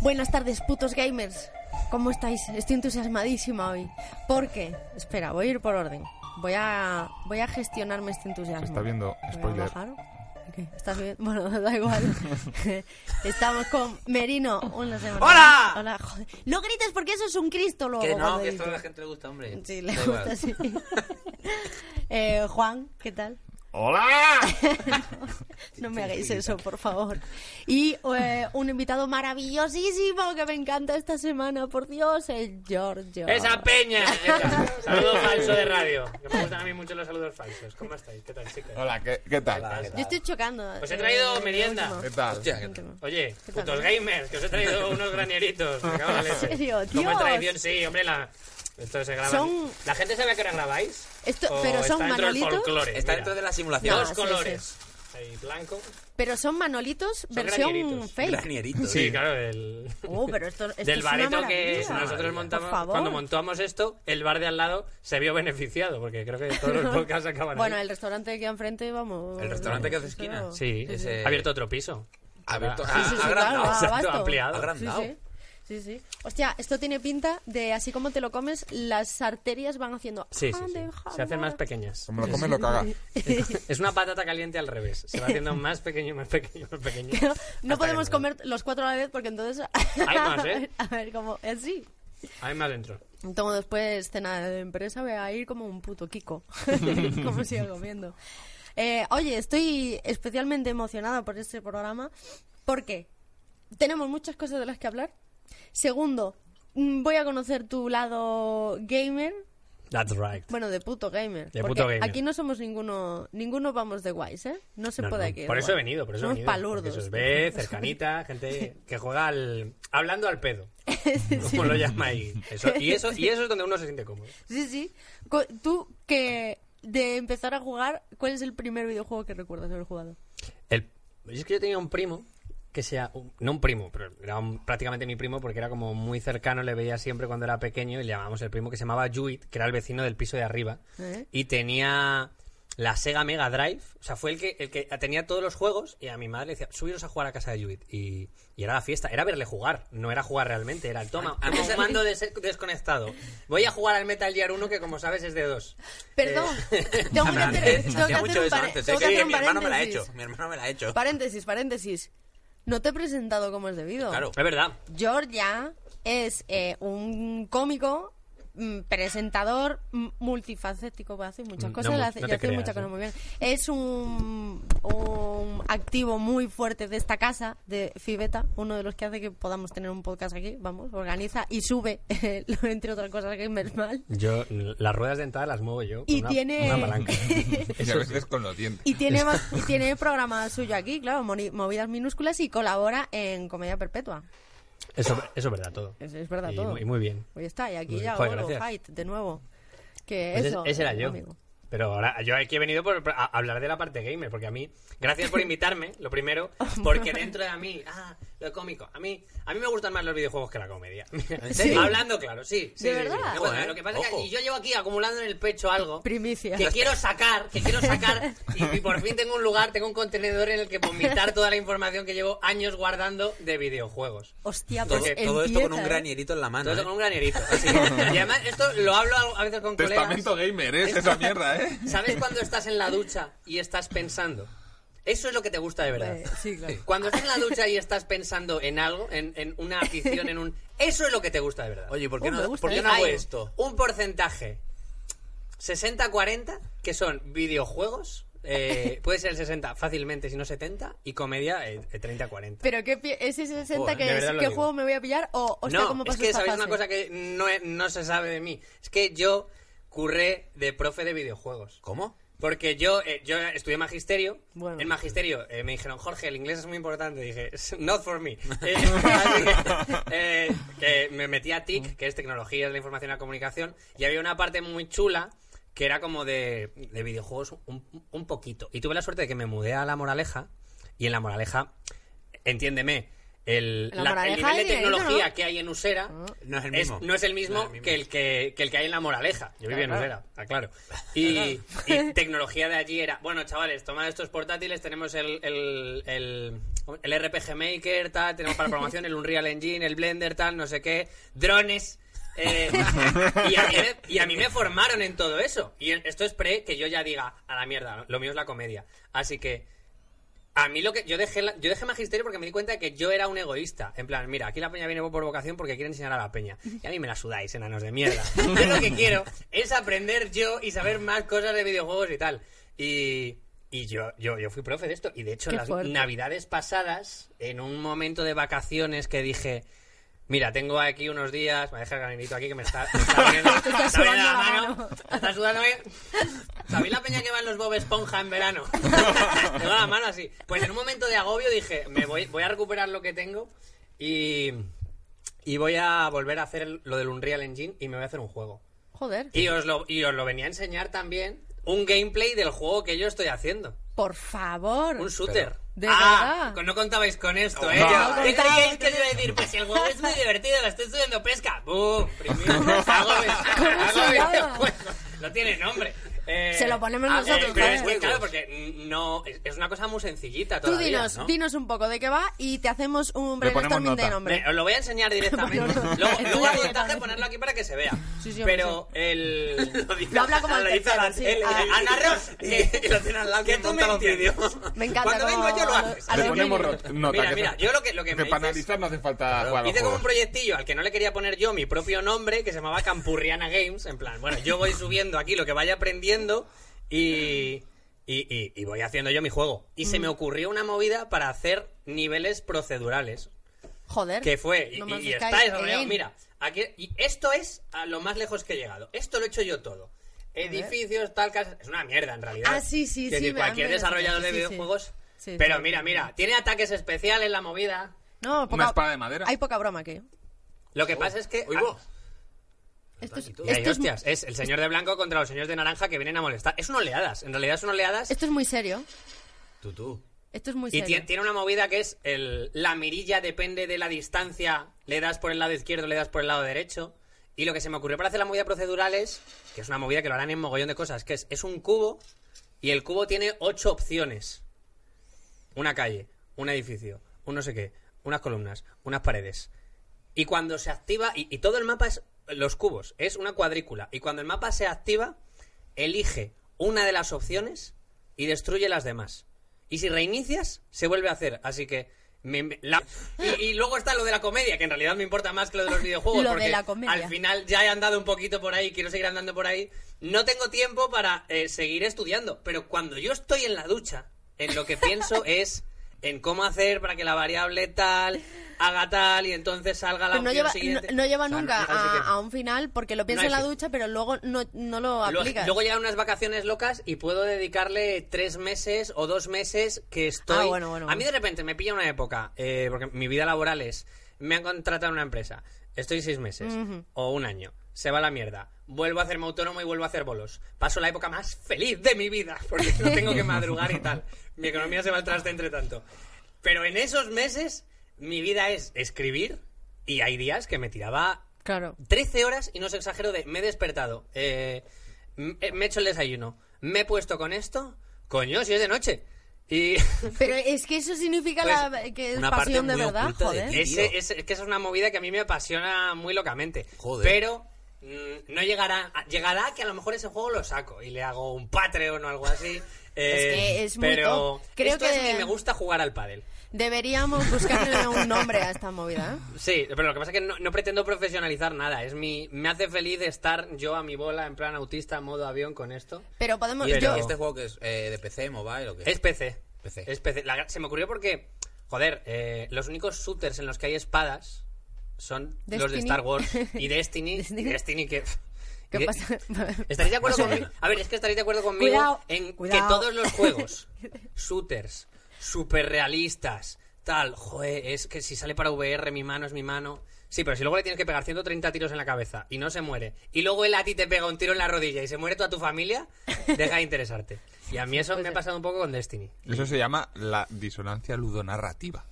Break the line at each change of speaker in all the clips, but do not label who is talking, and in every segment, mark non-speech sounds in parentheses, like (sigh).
Buenas tardes, putos gamers. ¿Cómo estáis? Estoy entusiasmadísima hoy. ¿Por qué? Espera, voy a ir por orden. Voy a, voy a gestionarme este entusiasmo.
Se está viendo
Voy a
spoiler.
bajar. ¿Qué? ¿Estás bien? (laughs) Bueno, da igual. Estamos con Merino una semana.
¡Hola!
más. Hola, joder. No grites porque eso es un Cristo luego.
Que no,
cuando
que esto a
dices.
la gente le gusta, hombre.
Sí, le
Da igual.
gusta,
(laughs)
sí. Eh, Juan, ¿qué tal?
¡Hola!
(laughs) No me hagáis eso, por favor. Y eh, un invitado maravillosísimo que me encanta esta semana, por Dios, el Giorgio.
Ah.
¡Esa peña!
(laughs)
Esa. Saludo falso de radio. Que me gustan a mí mucho los saludos falsos. ¿Cómo estáis? ¿Qué tal, chicas?
Hola, ¿qué, qué tal?
Hola, ¿qué
Yo estoy chocando.
Os Pues he traído
eh,
merienda.
último.
¿Qué tal?
Hostia, que-
Oye,
tal?
putos gamers, que os
(laughs)
he traído unos granieritos. Me cago en la leche.
¿En serio?
Como
Dios.
es tradición, sí, hombre, la... Esto se graba.
Son-
¿La gente sabe a qué hora grabáis?
Esto-
¿O
pero son
está dentro del
manolitos.
folclore?
Está
Mira,
dentro de la simulación.
Dos
No, sí,
colores. Ahí, blanco.
Pero son manolitos versión
granilleritos.
fake.
Granierito.
Sí, claro, el...
Oh, pero esto, esto
del
es una
bareto que
maravilla.
nosotros
Por
montamos
favor.
cuando montamos esto el bar de al lado se vio beneficiado porque creo que todos
(laughs)
los podcasts acaban
Bueno,
ahí.
el restaurante que queda enfrente, vamos.
El restaurante que hace
eso-
esquina.
sí
ese-
ha abierto otro piso Ah,
Ha abierto-
Sí,
ha-
sí, sí,
ha
claro,
(laughs)
agrandado.
ha- Ah,
Exacto,
abasto.
ampliado
Ha
Sí,
agrandado.
sí. Sí, sí. Hostia, esto tiene pinta de así como te lo comes, las arterias van haciendo.
sí, sí,
"Ah,
sí.
deja
se hacen
nada".
más pequeñas
(laughs)
Como lo comes, lo
(laughs)
cagas.
es una patata caliente al revés se va haciendo más pequeño más pequeño más pequeño
Pero
Hasta
(laughs) no
que
podemos
no.
comer los cuatro a la vez porque entonces. (laughs)
Hay más,
A
¿eh?
ver- A ver cómo. eh, sí.
hay más dentro
Entonces después cena de empresa voy a ir como un puto Kiko. (laughs) como sigo comiendo. Eh, oye, estoy especialmente emocionada por este programa porque tenemos muchas cosas de las que hablar. Segundo, mm, voy a conocer tu lado gamer.
that's right
Bueno, de puto gamer.
De
porque
puto gamer.
Aquí no somos ninguno, ninguno vamos de guays, ¿eh? No se
No,
puede
no,
aquí. de
por eso he
guays.
venido por eso he
Somos
venido
palurdos.
porque se os ve cercanita gente que juega al hablando al pedo
(laughs)
como lo llamáis eso, y eso y eso es donde uno se siente cómodo
Sí, sí. Co- Tú que de empezar a jugar, ¿cuál es el primer videojuego que recuerdas haber jugado?
El, pues es que yo tenía un primo que sea, un- no un primo, pero era un- prácticamente mi primo porque era como muy cercano, le veía siempre cuando era pequeño y le llamábamos el primo que se llamaba Juit, que era el vecino del piso de arriba
¿Eh?
y tenía la Sega Mega Drive, o sea, fue el que, el que tenía todos los juegos y a mi madre le decía, subiros a jugar a casa de Juit y, y era la fiesta, era verle jugar, no era jugar realmente, era el toma,
Ay,
toma
esa-
un mando des- desconectado, voy a jugar al Metal Gear 1 que como sabes es de dos.
Perdón,
Eh, (laughs)
tengo que
Hacía
hacer, tengo que hacer
mucho
un,
eso
pare-
antes.
tengo
Es
que
que
hacer un
mi hermano me la ha
paréntesis.
hecho. Mi hermano me la ha hecho.
Paréntesis, paréntesis. No te he presentado como es debido.
Claro.
es verdad,
Georgia es eh, un cómico, mm, presentador mm, multifacético, hace muchas
Mm,
cosas,
no,
le hace,
no
y
te
hace
creas,
muchas cosas
eh.
muy bien. Es un, un activo muy fuerte de esta casa, de Fibeta, uno de los que hace que podamos tener un podcast aquí, vamos, organiza y sube, (laughs) entre otras cosas, Gamers Mal.
yo las ruedas dentadas las muevo yo. con
Y
una-
tiene-
una
(laughs)
palanca.
Y a
Eso sí.
veces con los dientes.
Y tiene, más- y tiene programa suyo aquí, claro, moni- movidas minúsculas y colabora en Comedia Perpetua.
Eso, eso es verdad todo.
Es, es verdad
y,
todo.
mu- y muy bien.
Hoy está, y aquí
Muy
ya
bien. Joder,
vuelvo,
gracias.
Hyde, de nuevo. Que
Pues
eso,
ese, ese era
un
yo.
amigo.
Pero ahora yo aquí he venido por, por- a hablar de la parte gamer, porque a mí, gracias por invitarme, lo
(laughs)
primero,
Oh,
porque dentro de a mí, ah, lo cómico, a mí, a mí me gustan más los videojuegos que la comedia.
¿En serio?
(laughs) Hablando claro, sí. sí,
¿De
sí, sí.
verdad?
Bueno,
Ojo, ¿eh?
Lo que pasa es
Ojo.
que yo llevo aquí acumulando en el pecho algo
Primicia.
que quiero sacar, que quiero sacar, y, y por fin tengo un lugar, tengo un contenedor en el que vomitar toda la información que llevo años guardando de videojuegos.
Hostia,
Todo,
pues
todo esto con un
empieza, ¿eh?
granierito en la mano.
Todo eso
¿eh?
con un granierito. así. Y además, esto lo hablo a a veces con colegas.
Testamento gamer, ¿eh? es esa mierda, ¿eh?
¿Sabes cuando estás en la ducha y estás pensando? Eso es lo que te gusta de verdad.
Eh, sí, claro.
Cuando estás en la ducha y estás pensando en algo, en, en una afición, en un... Eso es lo que te gusta de verdad.
Oye, ¿por qué
Oh, me
no,
gusta,
¿por qué
¿eh?
no hago
Hay
esto?
Un porcentaje 60-40, que son videojuegos. eh, puede ser el 60 fácilmente, si no 70, y comedia eh, 30-40.
¿Pero qué pi- ese 60
Joder, de
que es,
verdad lo
qué
digo.
juego me voy a pillar? ¿O, o está
no,
como
es
pasó
que
esta
sabéis
fase?
una cosa que no, he- no se sabe de mí. Es que yo curré de profe de videojuegos.
¿Cómo?
Porque yo, eh, yo estudié magisterio.
Bueno.
En magisterio eh, me dijeron, Jorge, el inglés es muy importante. Dije, not for me. Eh, así que, eh, que me metí a TIC, que es Tecnología de la Información y la Comunicación, y había una parte muy chula que era como de, de videojuegos un, un poquito. Y tuve la suerte de que me mudé a La Moraleja, y en La Moraleja, entiéndeme, el,
La
la- el
Moraleja
nivel de
hay dinero,
tecnología
¿no?
que hay en Usera
No es el mismo.
no es el mismo,
No es el mismo.
Que, el que, que el que hay en La Moraleja. Yo vivía en
Claro.
Usera, aclaro. Y, y tecnología de allí era, bueno, chavales, tomad estos portátiles, tenemos el, el, el, el RPG Maker, tal, tenemos para programación el Unreal Engine, el Blender, tal, no sé qué, drones. eh, y, a mí me, y a mí me formaron en todo eso. Y esto es pre que yo ya diga, a la mierda, lo mío es la comedia. Así que a mí lo que yo dejé la- yo dejé magisterio porque me di cuenta de que yo era un egoísta. En plan, mira, aquí la peña viene por vocación porque quiere enseñar a la peña. Y a mí me la sudáis, enanos de
(laughs)
mierda. Yo lo que quiero es aprender yo y saber más cosas de videojuegos y tal. Y, y yo, yo, yo fui profe de esto. Y de hecho,
Qué
las
fuerte.
navidades pasadas, en un momento de vacaciones que dije. Mira, tengo aquí unos días. Me deja el granito aquí que me está,
(laughs)
me está poniendo-
Te está
está poniendo
sudando la mano.
Está sudando bien. ¿Sabéis la peña que va en los Bob Esponja
(laughs)
en verano? Me va la mano así. Pues en un momento de agobio dije, me voy, voy a recuperar lo que tengo y, y voy a volver a hacer el- lo del Unreal Engine y me voy a hacer un juego.
Joder,
Y os lo, y os lo venía a enseñar también un gameplay del juego que yo estoy haciendo.
por favor.
Un shooter.
¿De
ah,
verdad?
con- no contabais con esto, ¿eh?
No,
Yo-
no
¿Qué
contaba,
creíais que os iba a decir? Pues el juego es muy divertido, la estoy estudiando pesca. ¡Bum! Primero,
¿Cómo
hago,
se
hago
llama?
(laughs) videojuegos. No tiene nombre. Eh,
Se lo ponemos
ah,
nosotros,
eh, pero es
joder.
que, claro, porque mm, no, es, es una cosa muy sencillita
Tú
todavía,
dinos,
¿no?
dinos un poco de qué va y te hacemos un
Le ponemos
brainstorming de
nota.
nombre.
Me- os lo voy a enseñar
(laughs)
directamente.
Bueno, no.
luego
Enseña
luego al montaje
directamente.
ponerlo aquí para que se vea.
Sí, sí, hombre,
Pero (laughs) el...
(laughs) Lo habla como el
Lo hizo a la
tercero, sí.
tele.
Ah,
Ana Ross, (laughs) que,
Y lo tiene al lado
que
que
tú me
monta los
entiendes.
vídeos.
Me encanta.
Cuando
como
vengo yo lo
a los-
haces.
a
Le
los
ponemos
niños.
ro- nota.
Mira,
que
mira,
se-
yo lo que- lo que
para
me dices-
analizar no hace falta jugar a los
Hice como un
juegos.
proyectillo al que no le quería poner yo mi propio nombre, que se llamaba Campurriana Games. En plan, bueno, yo voy subiendo aquí lo que vaya aprendiendo y, y, y- y voy haciendo yo mi juego. Y se
Mm.
me ocurrió una movida para hacer niveles procedurales.
Joder.
Que fue, y,
No
y-
Man's
y
Sky,
está desarrollado.
Elaine.
Mira, aquí, y esto es a lo más lejos que he llegado. Esto lo he hecho yo todo. Edificios, tal, casas. Es una mierda en realidad.
Ah, sí, sí,
Quiero
sí,
decir,
me han
cualquier
venido
desarrollador de
sí, sí.
videojuegos.
Sí,
pero
sí.
mira, mira, tiene ataques especiales la movida.
No, poca-
espada de madera?
Hay poca broma aquí.
Lo que pasa es que.
Uy, vos.
Esto es,
Y hay
esto es-
hostias. Es el señor de blanco contra los señores de naranja que vienen a molestar. Es una oleadas. En realidad son oleadas.
esto es muy serio.
Tú, tú.
Esto es muy
Y
serio.
tiene, tiene una movida que es el, la mirilla depende de la distancia. Le das por el lado izquierdo, le das por el lado derecho. Y lo que se me ocurrió para hacer la movida procedural es, que es una movida que lo harán en mogollón de cosas, que es, es un cubo y el cubo tiene ocho opciones. Una calle, un edificio, un no sé qué, unas columnas, unas paredes. Y cuando se activa, y, y todo el mapa es los cubos, es una cuadrícula. Y cuando el mapa se activa, elige una de las opciones y destruye las demás. Y si reinicias, se vuelve a hacer. Así que. me- me- la- y, y luego está lo de la comedia, que en realidad me importa más que lo de los videojuegos.
Lo de
porque
la comedia.
Al final ya he andado un poquito por ahí, quiero seguir andando por ahí. No tengo tiempo para eh, seguir estudiando, pero cuando yo estoy en la ducha, en lo que
(laughs)
pienso es en cómo hacer para que la variable tal haga tal y entonces salga la
Pero no
opción
lleva, no,
siguiente.
no lleva
O sea,
nunca
así
a,
que-
a un final porque lo piensa
hay
en la
fin.
ducha, pero luego no, no lo
Luego-
aplicas.
Luego llegan unas vacaciones locas y puedo dedicarle tres meses o dos meses que estoy.
Ah, bueno, bueno,
A mí
bueno.
de repente me pilla una época, eh, porque mi vida laboral es. Me han contratado en una empresa, estoy seis meses o un año, se va a la mierda, vuelvo a hacerme autónomo y vuelvo a hacer bolos. Paso la época más feliz de mi vida, (laughs) porque no tengo que madrugar y tal. Mi economía se va al traste entre tanto. Pero en esos meses, mi vida es escribir y hay días que me tiraba
Claro.
13 horas y no os exagero de me he despertado, eh, m- eh, me he hecho el desayuno, me he puesto con esto, coño, si es de noche. Y (laughs)
Pero es que eso significa
Pues,
la, que es
una parte
pasión de
muy
verdad,
oculta de
joder.
ti.
ese- ese- es que esa es una movida que a mí me apasiona muy locamente.
Joder.
Pero mm, no llegará, a- llegará que a lo mejor ese juego lo saco y le hago un Patreon o algo así.
(laughs)
Eh,
Es que es muy
pero
top. Creo
esto
que-
es mi me gusta jugar al pádel.
Deberíamos buscarle un nombre a esta movida, ¿eh?
Sí, pero lo que pasa es que no, no pretendo profesionalizar nada. Es mi, me hace feliz estar yo a mi bola en plan autista, modo avión con esto.
Pero podemos...
Y el-
yo-
Pero-
este juego que es eh, de PC, mobile o qué?
Es PC.
PC.
Es PC. La gra- se me ocurrió porque, joder, eh, los únicos shooters en los que hay espadas son los de
Destiny.
Star
(laughs)
Wars y Destiny.
Destiny.
y Destiny que...
¿Qué
y-
pasa? (laughs)
¿Estaréis de acuerdo
Más o
conmigo?
menos.
A ver, es que estaréis de acuerdo conmigo
Cuidado,
en que
cuidado.
todos
(laughs)
los juegos, shooters, super realistas, tal, joder, es que si sale para VR mi mano es mi mano. Sí, pero si luego le tienes que pegar 130 tiros en la cabeza y no se muere, y luego él a ti te pega un tiro en la rodilla y se muere toda tu familia, deja de interesarte. Y a mí eso me ha pasado un poco con Destiny.
Eso se llama la disonancia ludonarrativa.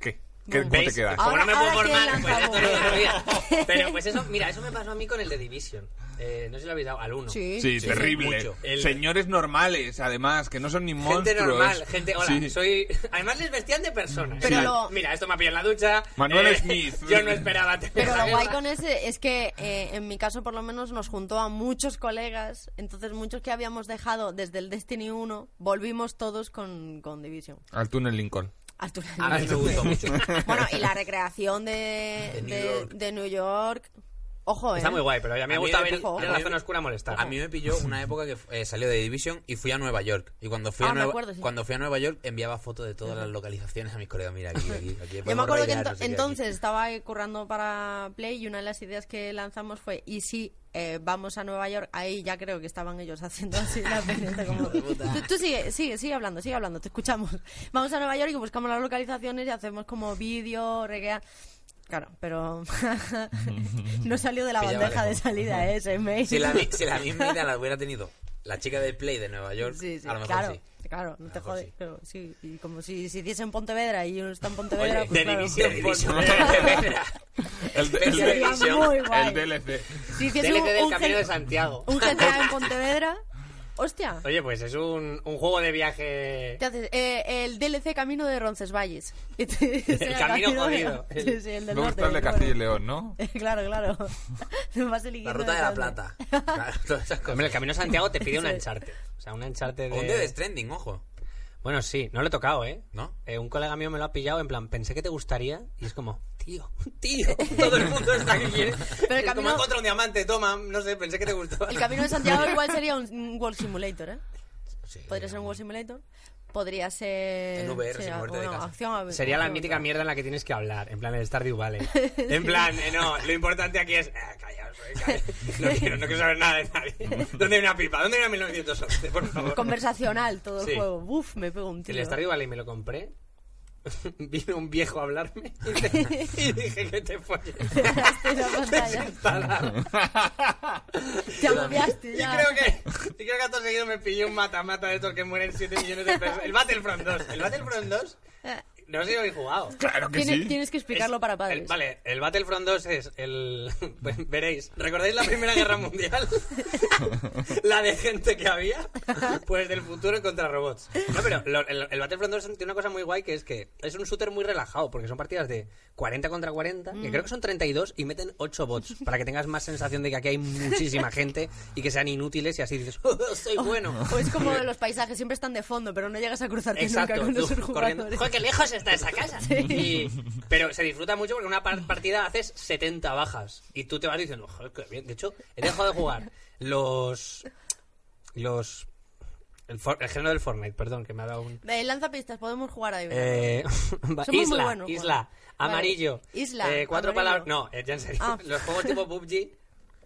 ¿Qué? ¿Qué ¿Cómo te
¿Veis?
quedas?
Como
Ahora-
no me puedo
ahora quién
formar, pues
lanza
esto no lo
bomba.
sabía.
(laughs)
Pero pues eso, mira, eso me pasó a mí con el de Division. Eh, no sé si lo habéis dado, al 1.
Sí.
Sí, terrible.
mucho.
El-
Señores normales, además, que no son ni monstruos.
Gente normal, gente, hola,
Sí.
soy... Además les vestían de personas.
Pero
Mira,
lo-
Mira, esto me ha pillado en la ducha. Eh,
Manuel Smith.
Yo no esperaba tener
Pero
la
lo guay
guerra.
con ese es que, eh, en mi caso por lo menos, nos juntó a muchos colegas. Entonces, muchos que habíamos dejado desde el Destiny 1, volvimos todos con, con Division.
Al túnel Lincoln.
Ah,
Al túnel.
A mí me gustó mucho.
(laughs) Bueno, y la recreación de,
De New
de,
York.
de New York. Ojo, eh.
Está muy guay, pero a mí me
A mí
gusta
me
ver
dejó-
ver
a
la
mí-
zona oscura molestar.
A mí me pilló una época que eh, salió de Division y fui a Nueva York. Y cuando fui,
Ah,
a,
me
Nueva,
acuerdo, sí.
cuando fui a Nueva York enviaba fotos de todas las localizaciones a mis colegas. Mira, aquí,
(laughs)
aquí, aquí.
Yo me
podemos
acuerdo que
raidear,
ento-
no sé qué, aquí.
entonces estaba ahí currando para Play y una de las ideas que lanzamos fue, ¿y si eh, vamos a Nueva York? Ahí ya creo que estaban ellos haciendo así la pendiente como...
Hijo de (laughs) puta.
Tú, tú sigue, sigue, sigue hablando, sigue hablando, te escuchamos. (laughs) Vamos a Nueva York y buscamos las localizaciones y hacemos como vídeo, reguea... Claro,
(laughs)
pero (laughs) no salió de la
Que ya
bandeja
vale.
de
(laughs)
salida ¿eh? ese mail.
Si la, mi- si la misma idea la hubiera tenido la chica del Play de Nueva York,
Sí, sí,
a lo mejor
claro,
sí.
claro, no te
mejor
jodes.
sí.
pero sí, y como si se hiciese en Pontevedra y uno está en Pontevedra,
Oye,
pues
de
claro.
Division,
(laughs)
De
por
Division.
Pontevedra.
El,
Sería
Division.
muy guay.
el DLC.
Si hiciese
DLC del
un, un,
Camino
gen-
de Santiago.
un GTA
(laughs)
en Pontevedra. Hostia.
Oye, pues es un, un juego de viaje...
(laughs) Te haces eh, el DLC Camino de
(laughs)
Roncesvalles. (laughs) Y te- o sea,
camino
de-
jodido.
(laughs) Sí, sí, el del
Luego
norte,
está el de
del
Castilla y
norte.
León, ¿no?
(laughs) Claro, claro. (laughs) Vas
La
eligiendo
ruta de la
dónde.
plata. Claro, todas esas cosas.
Hombre, el Camino de Santiago te pide un
Sí.
ancharte. O sea, un ancharte de...
O Un
Eh.
Death Stranding, ojo.
Bueno, sí, no lo he tocado, ¿eh?
¿No?
Eh, Un colega mío me lo ha pillado, en plan, pensé que te gustaría, y es como, tío, (laughs) tío, todo el mundo está aquí. quiere.
Pero el
es como
camino-
encuentra un diamante, toma, no sé, pensé que te gustaba.
El Camino de
(laughs)
Santiago igual sería un, un Walk Simulator, ¿eh?
Sí.
Podría ser un Walk Simulator. Podría ser...
En VR,
sí,
sin moverte de
bueno,
casa.
acción-
Sería la
acción,
mítica mierda en la que tienes que hablar, en plan el Stardew
(laughs)
Valley. En plan, eh, no, lo importante aquí es, ah, callaos, eh, callaos. no quiero, no quiero saber nada de nadie. ¿Dónde hay una pipa? ¿Dónde hay una 1911? Por favor.
Conversacional todo el
Sí.
juego. Uf, me pego un tiro. (laughs)
El Stardew Valley me lo compré. (laughs) Vino un viejo a hablarme
(laughs)
y, y dije que te folles.
Dejaste la pantalla.
(laughs) Desinstalado.
Te agobiaste
Y
ya.
creo que, y creo que a todos seguidos me pillé un mata-mata de estos que mueren 7 millones de personas. El Battlefront 2. El Battlefront 2, no sé si lo habéis jugado.
Claro que
Tienes,
sí.
tienes que explicarlo
Es-
para
el-
padres.
vale, el Battlefront 2 es el... (laughs) pues, Veréis, ¿recordáis la Primera Guerra Mundial? la de gente que había, pues del futuro contra robots. No, pero lo- el, el Battlefront 2 tiene una cosa muy guay que es que es un shooter muy relajado, porque son partidas de 40 contra 40,
Mm.
que creo que son 32 y meten 8 bots, para que tengas más sensación de que aquí hay muchísima gente y que sean inútiles y así dices, (laughs) "Oh, soy
Oh.
bueno.
O es
(laughs)
como los paisajes, siempre están de fondo, pero no llegas a cruzarte nunca con
tú,
esos
corriendo.
jugadores.
Joder, qué lejos está esa casa. Y- pero se disfruta mucho porque en una par- partida haces 70 bajas y tú te vas diciendo, joder, qué bien. De hecho, he dejado de jugar los. Los. El, for- el género del Fortnite, perdón, que me ha dado un.
Eh, lanza pistas, podemos jugar a adivinar.
Eh, (laughs) va,
Somos muy
isla,
buenos,
isla,
Juan.
amarillo.
Vale. Isla,
eh, cuatro
amarillo.
palabras. No, eh, ya en serio.
Ah.
Los juegos
(laughs)
tipo PUBG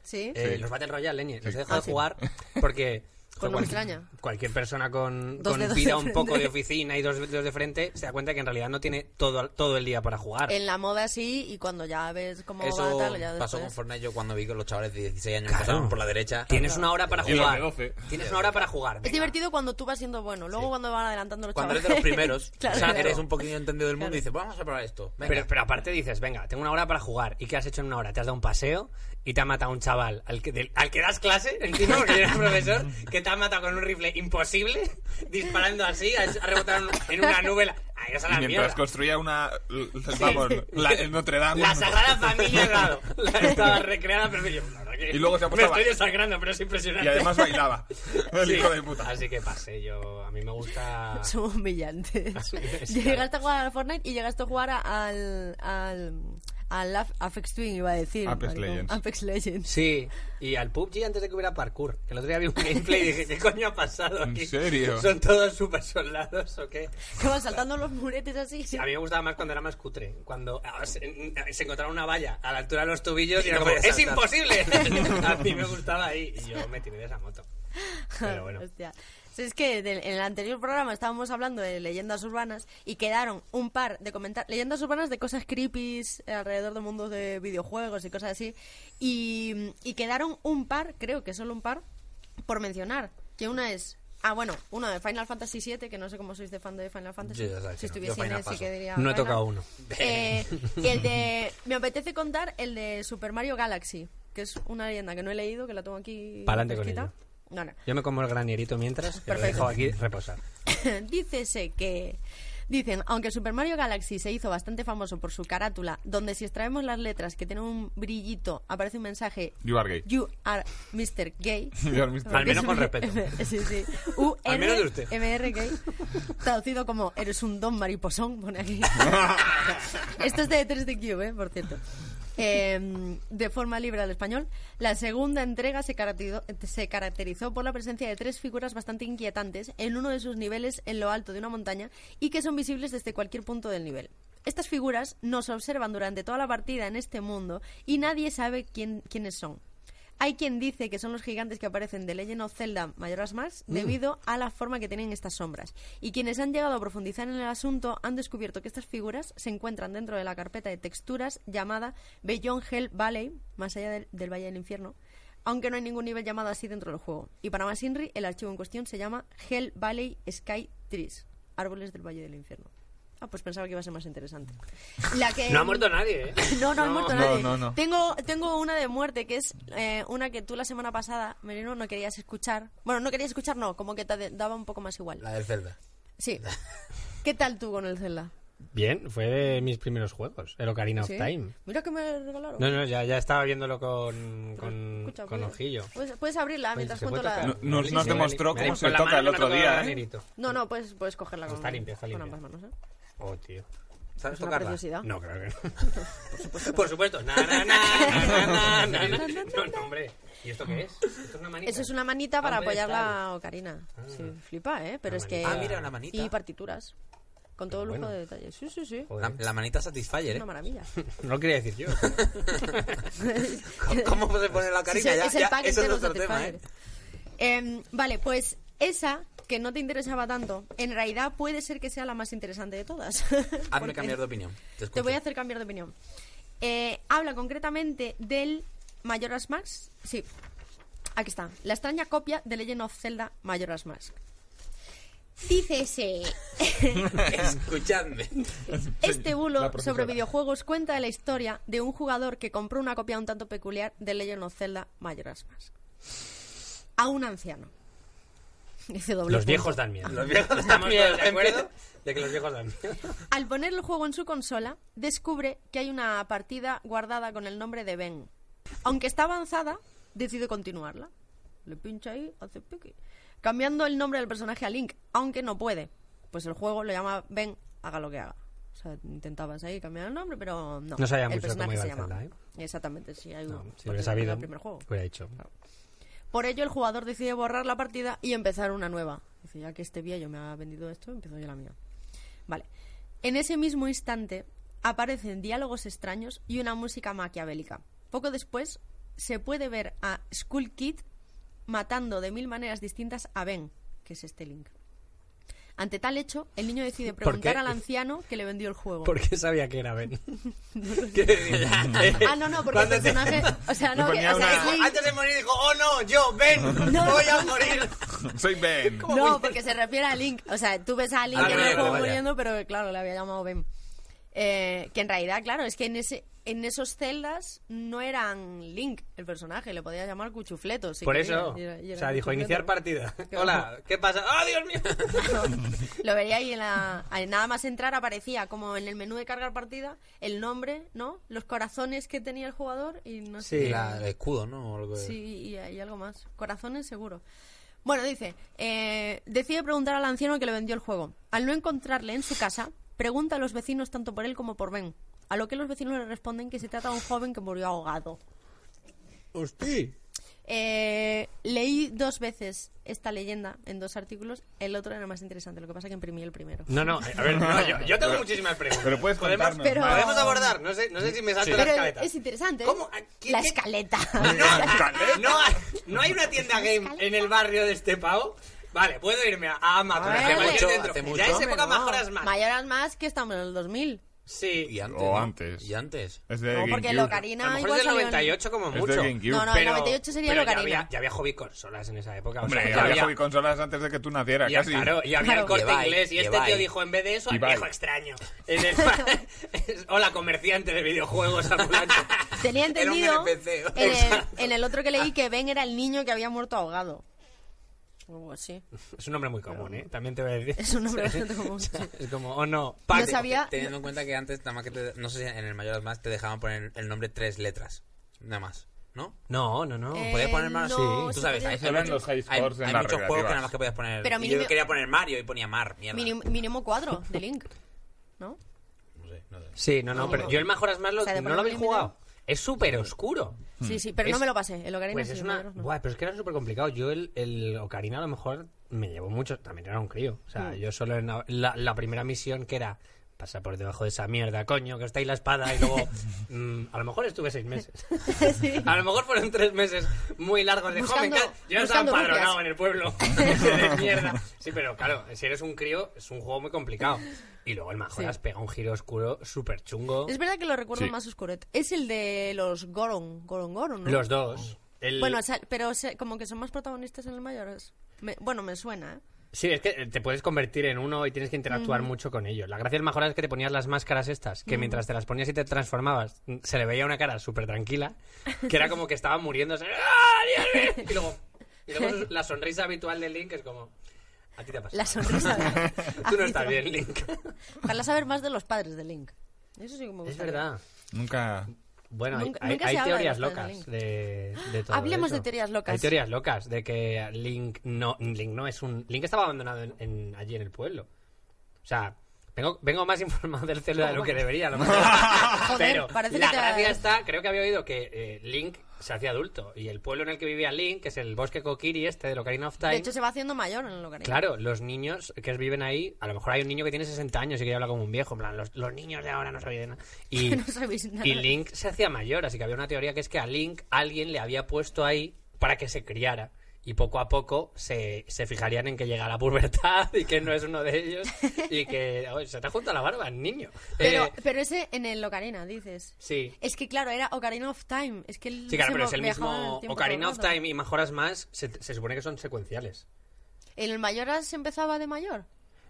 ¿Sí?
eh, los Battle Royale, leñe. Los he dejado
Ah,
de
sí.
jugar porque.
(laughs) Pues no me
cual-
extraña.
Cualquier persona con,
Dos
con
dedos de
vida un
frente.
poco de oficina y dos dedos de frente se da cuenta que en realidad no tiene todo, todo el día para jugar.
en la moda sí, y cuando ya ves cómo
Eso
va tal, ya
pasó
después.
con Fortnite yo cuando vi que los chavales de 16 años
Claro.
pasaban por la derecha.
Tienes una hora para
Y los de
jugar.
12.
Tienes una hora para jugar.
Es
venga.
divertido cuando tú vas siendo bueno, luego cuando van adelantando los
Cuando eres
chavales.
de los primeros,
(laughs) Claro.
o sea,
Exacto.
eres un poquillo entendido del mundo y dices, vamos a probar esto. venga.
Pero, pero aparte dices, venga, tengo una hora para jugar. ¿Y qué has hecho en una hora? Te has dado un paseo y te ha matado un chaval al que, del- al que das clase, (laughs) encima, porque eres profesor, que te ha matado con un rifle imposible, (laughs) disparando así, ha, ha rebotado en, un- en una nube. La, Ay, esa es la
Y mientras
mierda.
construía una... l- Vamos, la, el Notre Dame. (laughs)
La Sagrada Familia al lado. La estaba recreada, pero yo, la verdad que
Y luego se
Me
apostaba.
estoy desangrando, pero es impresionante.
Y además bailaba.
(laughs)
El
Sí,
hijo de puta.
Así que pasé yo. A mí me gusta.
Somos humillantes.
Sí,
(laughs)
sí,
llegaste a jugar al Fortnite y llegaste a jugar a- al. al al Af- Apex Twin iba a decir.
Apex
maricón.
Legends.
Apex Legends. (laughs)
Sí, y al PUBG antes de que hubiera parkour. El otro día vi un gameplay y dije, ¿qué coño ha pasado
¿En
aquí?
serio?
¿Son todos super soldados o qué?
Que vas saltando los muretes así.
A mí me gustaba más cuando era más cutre. Cuando ah, se, se encontraba una valla a la altura de los tubillos y era
no
como,
podía
¡es
saltar".
imposible! (laughs) a mí me gustaba ahí y yo me tiré de esa moto.
(laughs)
Pero bueno.
Hostia. Si es que del- en el anterior programa estábamos hablando de leyendas urbanas y quedaron un par de comentarios. Leyendas urbanas de cosas creepy alrededor del mundo de videojuegos y cosas así. Y, y quedaron un par, creo que solo un par, por mencionar. Que una es. Ah, bueno, uno de Final Fantasy VII, que no sé cómo sois de fan de Final Fantasy.
Yo ya sabes
si
que no.
estuviese
Yo Final
Inés, sí
paso.
que diría.
No
Final.
he tocado uno. (laughs)
Eh, y el de. Me apetece contar el de Super Mario Galaxy, que es una leyenda que no he leído, que la tengo aquí.
Pa'lante con
fresquita.
ello.
No, no.
Yo me como el granierito mientras, que lo
Perfecto.
dejo aquí reposar.
(laughs) Dícese que. Dicen, aunque Super Mario Galaxy se hizo bastante famoso por su carátula, donde si extraemos las letras que tienen un brillito, aparece un mensaje
You are gay.
You are Mr. Gay.
You are Mr.
(laughs) Al menos con respeto.
(laughs) sí, sí. U
Al menos de usted.
MR Gay. Traducido como Eres un don mariposón, pone aquí.
(laughs)
(laughs)
Esto es de 3DQ, ¿eh? por cierto. Eh, de forma libre al español, la segunda entrega se caracterizó, se caracterizó por la presencia de tres figuras bastante inquietantes en uno de sus niveles en lo alto de una montaña y que son visibles desde cualquier punto del nivel. Estas figuras nos observan durante toda la partida en este mundo y nadie sabe quién, quiénes son. Hay quien dice que son los gigantes que aparecen de Legend of Zelda Majora's Max
Mm.
debido a la forma que tienen estas sombras. Y quienes han llegado a profundizar en el asunto han descubierto que estas figuras se encuentran dentro de la carpeta de texturas llamada Beyond Hell Valley, más allá del, del Valle del Infierno, aunque no hay ningún nivel llamado así dentro del juego. Y para más Inri, el archivo en cuestión se llama Hell Valley Sky Trees, Árboles del Valle del Infierno. Ah, pues pensaba que iba a ser más interesante. La que-
No ha muerto nadie, (laughs) ¿eh?
(laughs) no, no, ha muerto
no,
nadie.
no, no.
Tengo, tengo una de muerte, que es eh, una que tú la semana pasada, Merino, no querías escuchar. Bueno, no querías escuchar, no, como que te de- daba un poco más igual.
La del Zelda.
Sí. (laughs) ¿Qué tal tú con el Zelda?
Bien, fue de mis primeros juegos, el Ocarina
¿Sí?
of Time.
Mira que me regalaron.
No, no, ya, ya estaba viéndolo con, con,
Escucha,
con
puedes-
ojillo. Pues,
Puedes, puedes abrirla mientras
se
cuento
puede
la...
tocar.
No- nos- nos
Sí,
demostró
me-
cómo
me-
se
con la
toca
mano
el
que me
otro
toca
día,
el
¿eh?
dinerito.
No, no, puedes, puedes cogerla con,
Está limpia, está
con
limpia.
ambas manos. ¿eh?
Oh, tío.
¿Sabes
Es una
tocarla?
preciosidad.
No, creo que no. Por supuesto. Na, na, na, na, na, na, na. No, no, hombre. ¿Y esto qué es? Esto es una manita.
Eso es una manita para
Hombre,
apoyar
tal.
la ocarina. Sí, flipa, ¿eh? Pero
Una
es que...
manita.
Ah, mira, una manita.
Y partituras. Con todo lujo
bueno.
de detalles. Sí, sí, sí.
La,
Joder.
la manita Satisfyer, ¿eh?
Una maravilla.
No lo quería decir yo.
¿Cómo- (laughs) ¿Cómo puedes poner la carita?
Sí,
ya,
es el
ya,
pack
eso es
entero
otro tema, ¿eh?
Satisfyer. Em, vale, pues esa que no te interesaba tanto, en realidad puede ser que sea la más interesante de todas. (laughs)
Hazme
Porque
cambiar de opinión. Te,
Te
escucho.
voy a hacer cambiar de opinión. Eh, habla concretamente del Majora's Max. Sí, aquí está. La extraña copia de Legend of Zelda Majora's Max. Dice ese
(laughs) Escuchadme.
(laughs)
Este
La
bulo
profesora.
sobre videojuegos cuenta la historia de un jugador que compró una copia un tanto peculiar de Legend of Zelda Majora's Mask. A un anciano. (laughs) Dice doble
Los
punto.
viejos dan miedo.
Los viejos dan
Estamos
miedo,
todos de acuerdo
empieza.
de que los viejos dan miedo.
Al poner el juego en su consola, descubre que hay una partida guardada con el nombre de Ben. Aunque está avanzada, decide continuarla. Le pincha ahí, hace piqui. Cambiando el nombre del personaje a Link, aunque no puede. Pues el juego lo llama Ben, haga lo que haga. O sea, intentabas ahí cambiar el nombre, pero no.
No sabía
el
mucho
personaje
cómo iba
se
el
llama.
Zelda,
Exactamente, sí. Hay
¿eh? No,
un,
si lo hubiera
porque era
sabido,
el primer juego. Ah,
hubiera hecho.
Por ello, el jugador decide borrar la partida y empezar una nueva. Dice, ya que este viejo me ha vendido esto, empiezo yo la mía. Vale. En ese mismo instante aparecen diálogos extraños y una música maquiavélica. Poco después se puede ver a Skull Kid matando de mil maneras distintas a Ben, que es este Link. Ante tal hecho, el niño decide
¿Por qué?
preguntar al anciano que le vendió el juego.
¿Por qué sabía que
(laughs)
era Ben? (laughs) Quiero decir, ya. eh,
Ah, no, no, porque el
Cuando te-
personaje... O sea, no,
Le
que-
ponía
o sea,
una-
es Link.
Antes de morir dijo, oh no, yo, ven, voy a morir.
Soy Ben.
No, porque se refiere a Link. O sea, tú ves a Link
Ah,
en el
vale,
juego
vale.
muriendo, pero claro, le había llamado Ben. Eh, que en realidad, claro, es que en ese. en esos celdas no eran Link el personaje, le podía llamar Cuchufleto. si
Por
quería,
eso.
y era- y era
o sea, dijo,
Cuchufleto. (laughs)
iniciar partida. Hola, ¿qué pasa? ¡Ah, Dios
(laughs)
mío!
Lo vería ahí en la... ahí Nada más entrar aparecía como en el menú de cargar partida el nombre, ¿no? Los corazones que tenía el jugador y no sé
Sí.
Y la- el escudo, ¿no? O algo de-
Sí, y, y algo más. Corazones, seguro. Bueno, dice, eh, decide preguntar al anciano que le vendió el juego. Al no encontrarle en su casa, pregunta a los vecinos tanto por él como por Ben. A lo que los vecinos le responden que se trata de un joven que murió ahogado.
¡Hosti!
Eh, leí dos veces esta leyenda en dos artículos. El otro era más interesante, lo que pasa que imprimí el primero.
No, no, a ver, no, yo, yo tengo muchísimas preguntas.
pero puedes
¿Podemos,
contarnos,
Pero- ¿vale?
podemos abordar, no sé, no sé si me salto la
Pero
escaleta.
es interesante. ¿eh?
¿Cómo? ¿A qué-
La
qué-
escaleta.
No, (laughs) no, hay, no hay una tienda game en el barrio de este pavo. Vale, puedo irme a- a Amazon.
Ah,
Hace
a cualquier
mucho,
centro.
hace
Ya
mucho.
es época
Hombre,
más horas más.
Mayoras más que estamos en el 2000.
Sí.
Y antes.
O
¿no?
antes.
Y antes.
Es de
no, porque la
GameCube.
A lo
Ocarina
mejor
igual
es del
salió en-
98 como
Es de
mucho.
GameCube.
No, no, el 98 sería
pero
la
ya
Ocarina.
había, ya había hobby consolas en esa época. o sea,
Hombre,
ya
ya había
había-
hobby consolas antes de que tú nacieras,
(laughs) ya,
casi.
Claro, y había
Claro.
el corte
Ibai,
inglés. Y este
Ibai.
tío dijo, en vez de eso, al
Ibai.
(laughs)
viejo extraño. En el- Hola, comerciante de videojuegos ambulante.
(laughs) Tenía
Era un
entendido
NPC, o
en el,
sea.
(laughs) en el otro que leí que Ben era el niño que había muerto ahogado. O algo así.
(laughs) Es un nombre muy común, ¿eh? También te voy a decir.
Es un
(laughs)
nombre bastante común. sí.
Es como, oh no,
Yo
Pac-
sabía...
Teniendo en cuenta que antes, nada más que te- no sé si en el mayor más te dejaban poner el nombre tres letras. Nada más. ¿No?
No, no, no.
Eh,
¿Podías poner más?
no,
Sí.
se
Tú sabes,
podía-
hay, hay
Eran
muchos-
los high
hay-
scores en
hay
las
muchos juegos que nada
recreativas.
más que podías poner.
Pero
y
mínimo-
Yo quería poner Mario y ponía Mar. Mierda.
Mínimo, mínimo cuatro de Link. ¿No?
No sé, no sé.
Sí, no, no, pero yo el Majora's Mask lo-
O sea, de
no lo habéis
ponerlo en
jugado. Es súper oscuro.
Sí, sí, pero no
Hmm. Es-
me lo pasé. El Ocarina
Pues
sí,
es
el
una...
Majora's no.
Buah, pero es que era súper complicado. Yo el, el Ocarina a lo mejor me llevó mucho... También era un crío. O
Hmm.
sea, yo solo en la, la- la primera misión que era pasar por debajo de esa mierda, coño, que está ahí la espada y luego... mm, a lo mejor estuve
(laughs)
seis meses. A lo mejor fueron tres meses muy largos de joven.
Buscando-
Yo no estaba
buscando
empadronado
rupias.
en el pueblo. (laughs) de mierda. Sí, pero claro, si eres un crío es un juego muy complicado. Y luego el Majora's
Sí.
pega un giro oscuro súper chungo.
Es verdad que lo recuerdo
Sí.
más oscuro. Es el de los Goron. Goron Goron, ¿no?
Los dos. El-
Bueno, o sea, pero se- como que son más protagonistas en el Mayoras. Me- bueno, me suena, ¿eh?
Sí, es que te puedes convertir en uno y tienes que interactuar mucho con ellos. La gracia del Majora es que te ponías las máscaras estas, que mientras te las ponías y te transformabas, se le veía una cara súper tranquila, que era como que estaba muriéndose. ¡Ah, Dios mío! Y luego, y luego la sonrisa habitual de Link es como... A ti te pasa.
La sonrisa. de-
(laughs)
(laughs)
Tú no estás bien, Link.
Ojalá saber más de los padres de Link. Eso sí que me
es
gustaría.
verdad.
Nunca.
Bueno, hay-
Nunca-
hay,
nunca
hay
se habla de
teorías
los padres de
locas de, de todo
Hablemos
eso.
de teorías locas.
Hay teorías locas de que Link no, Link no es un... Link estaba abandonado en- en- allí en el pueblo. O sea, vengo, vengo más (laughs) informado del celular de lo que debería. a
(laughs)
lo mejor. Pero
parece que
la
te-
gracia está, creo que había oído que eh, Link se hacía adulto. Y el pueblo en el que vivía Link, que es el bosque Kokiri este de Ocarina of Time...
De hecho, se va haciendo mayor en el Ocarina. (laughs)
Claro, los niños que viven ahí, a lo mejor hay un niño que tiene 60 años y que ya habla como un viejo, en plan, los, los niños de ahora no sabían nada. Y,
(laughs) No sabéis nada.
y Link se hacía mayor, así que había una teoría que es que a Link alguien le había puesto ahí para que se criara. Y poco a poco se, se fijarían en que llega la pubertad y que no es uno de ellos y que "Oye, se te junta la barba, niño.
Pero,
Eh,
pero ese en el Ocarina, dices.
sí.
Es que claro, era Ocarina of Time. Es que él
Sí, claro,
se
pero es
mo-
el
viajaba en el
mismo
tiempo
Ocarina
todo
of
el rato.
Time y Majora's más se, se supone que son secuenciales.
¿El Mayoras empezaba de mayor?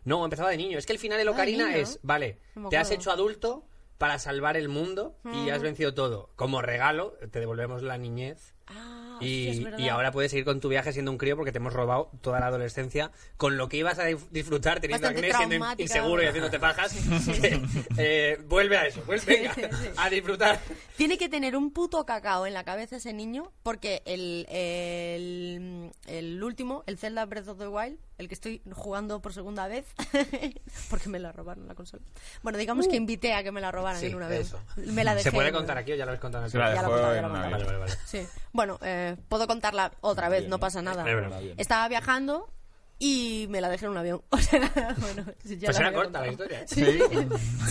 No, empezaba de niño. Es que el final de
Ah, de
Ocarina
niño.
es, vale,
No me
te has
acuerdo.
hecho adulto para salvar el mundo y has vencido todo. Como regalo, te devolvemos la niñez.
Ah,
Y,
hostia, es verdad.
y ahora puedes seguir con tu viaje siendo un crío porque te hemos robado toda la adolescencia con lo que ibas a dif- disfrutar teniendo
Bastante
acné, siendo in-
traumática.
inseguro y haciéndote pajas. (laughs) Eh, vuelve a eso, vuelve venga, a disfrutar.
Tiene que tener un puto cacao en la cabeza ese niño porque el, el, el último, el Zelda Breath of the Wild, el que estoy jugando por segunda vez, (laughs) porque me la robaron la consola. Bueno, digamos que invité a que me la robaran
Sí,
en una vez.
eso.
Me la dejé.
Uh. ¿Se puede contar aquí o ya lo habéis contado en el
Se la
Ya
podcast?
lo
dejó
contaré,
en
ya lo
Navidad.
Vale, vale, vale.
Sí. Bueno, eh, puedo contarla otra vez, no pasa nada.
Es verdad.
Estaba viajando y me la dejé en un avión. (laughs) O sea, bueno, si ya
Pues
la
era
había contado.
corta la historia.
(laughs) Sí,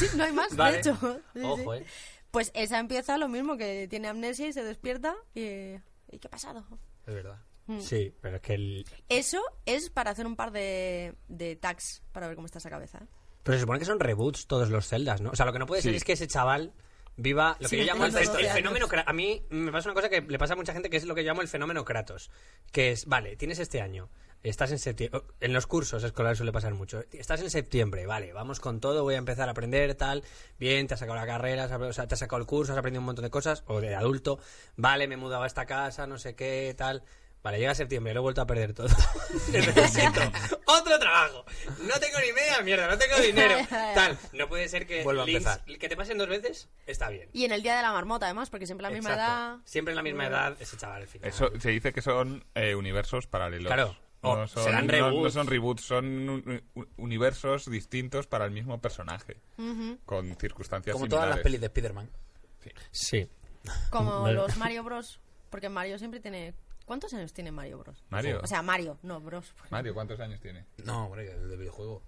sí, no hay más,
Vale.
de hecho. Sí, sí.
Ojo, eh.
Pues esa empieza lo mismo, que tiene amnesia y se despierta y... ¿Y qué ha pasado?
Es verdad.
Mm.
Sí, pero es que el...
Eso es para hacer un par de, de tags para ver cómo está esa cabeza. ¿eh?
Pero se supone que son reboots todos los celdas, ¿no? O sea, lo que no puede ser
Sí.
es que ese chaval viva lo que
Sí,
yo llamo el,
teniendo
fe- el
12
fenómeno Kra- A mí me pasa una cosa que le pasa a mucha gente que es lo que yo llamo el fenómeno Kratos. Que es, vale, tienes este año. Estás en septiembre. En los cursos escolares suele pasar mucho. Estás en septiembre, vale, vamos con todo, voy a empezar a aprender, tal. Bien, te has sacado la carrera, has- o sea, te has sacado el curso, has aprendido un montón de cosas, o de adulto. Vale, me he mudado a esta casa, no sé qué, tal. Vale, llega septiembre, lo he vuelto a perder todo. (laughs) Necesito otro trabajo. No tengo ni media mierda, no tengo dinero. Tal, no puede ser que,
Vuelvo a
links-
empezar.
que te pasen dos veces, está bien.
Y en el día de la marmota, además, porque siempre a la misma
Exacto.
edad. Mm.
Siempre en la misma edad ese chaval al final.
Eso, se dice que son eh, universos paralelos.
Claro. O
No son,
serán
no- no
reboots.
son reboots, son un- un- universos distintos para el mismo personaje. Con circunstancias
Como todas
similares.
las pelis de Spider-Man.
Sí.
Como
Vale.
los Mario Bros. Porque Mario siempre tiene. ¿Cuántos años tiene Mario Bros?
Mario.
O sea, Mario, no Bros. porque-
Mario, ¿cuántos años tiene?
No, bueno, yo de videojuego.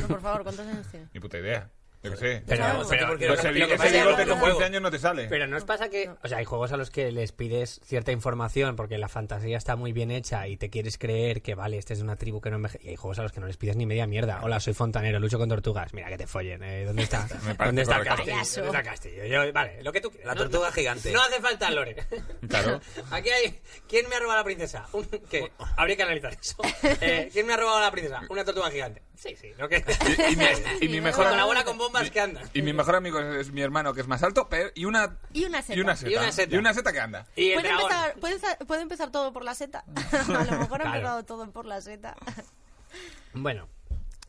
no, por favor, ¿cuántos años tiene?
Ni puta idea. Yo qué sé.
Pero,
Claro.
pero-
Porque
pero-
Pues el-
lo que
ese
pasa es que
bigote
no-
con 15 años no te sale.
Pero no os pasa que, o sea, hay juegos a los que les pides cierta información porque la fantasía está muy bien hecha y te quieres creer que, vale, este es de una tribu que no envejece. Y hay juegos a los que no les pides ni media mierda. Hola, soy fontanero, lucho con tortugas. Mira que te follen. eh,
(laughs)
¿Dónde está?
parece
¿Dónde está
correcto.
Castillo?
Payaso.
¿Dónde está Castillo? Yo- vale, lo que tú quieras.
La
No-
tortuga
no-
gigante.
No hace falta Lore. (laughs)
Claro.
Aquí hay. ¿Quién me ha robado a la princesa? Un- (laughs) que Oh. habría que analizar eso. (laughs) Eh, ¿Quién me ha robado a la princesa? Una tortuga gigante. Sí, sí. Lo (laughs) que...
Y, y mi, y mi mejor
Con la
amigo,
bola con bombas que andan.
(laughs) y mi mejor amigo es, es mi hermano, que es más alto, pero, y una...
Y una seta.
Y una seta.
Y una seta.
Y una seta que anda.
Y el
¿Puede
dragón.
empezar, puede, empezar- puede empezar todo por la seta. (laughs) a
(laughs)
lo mejor ha
Claro.
empezado todo por la seta.
Bueno,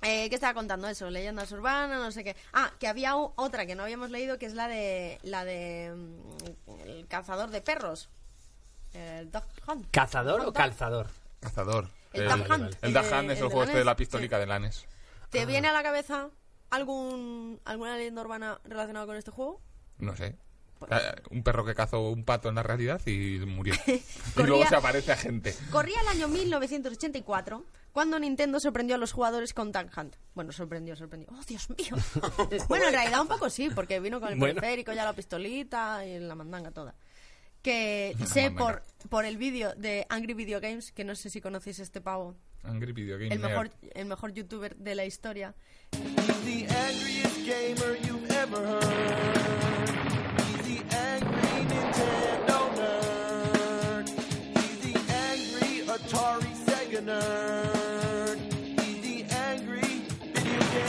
Eh, ¿Qué estaba contando eso? Leyendas urbanas, no sé qué. Ah, que había u- otra que no habíamos leído, que es la de la de mm, el cazador de perros. El Dog Hunt.
¿cazador o
Hunt.
calzador?
Cazador.
El Duck Hunt.
El
El
Duck
de-
Hunt
el
es
de
el juego este de
Lanes.
la pistolica de Lanes.
¿Te viene a la cabeza algún alguna leyenda urbana relacionada con este juego?
No sé. Ah, Un perro que cazó un pato en la realidad y murió. y luego
Corría-
se aparece a gente.
Corría el año 1984 cuando Nintendo sorprendió a los jugadores con Tank Hunt. Bueno, sorprendió, sorprendió. ¡Oh, Dios mío! bueno, en realidad un poco sí, porque vino con el
Bueno.
periférico, ya la pistolita y la mandanga toda. Que sé por,
mandanga.
por el vídeo de Angry Video Games, que no sé si conocéis este pavo,
Angry Video Game
el
Nerd.
mejor, el mejor youtuber de la historia,
the angriest gamer you've ever heard. He's the angry Nintendo nerd. He's the angry Atari Sega nerd. He's the angry video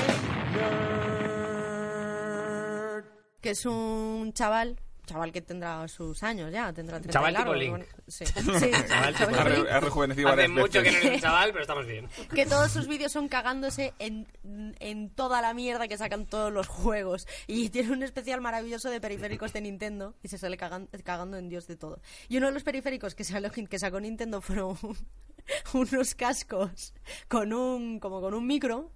game nerd.
que es un chaval... Chaval que tendrá sus años ya, tendrá 30 y
Chaval tipo
largos,
Link.
bueno, Sí, sí, chaval
tipo
Ha,
tipo
re-
Link.
ha rejuvenecido
Hace
varias
mucho que
veces.
no eres un chaval, pero estamos (laughs) bien.
que todos sus vídeos son cagándose en, en toda la mierda que sacan todos los juegos. Y tiene un especial maravilloso de periféricos de Nintendo y se sale cagan- cagando en Dios de todo. Y uno de los periféricos que, salió- que sacó Nintendo fueron (laughs) unos cascos con un, como con un micro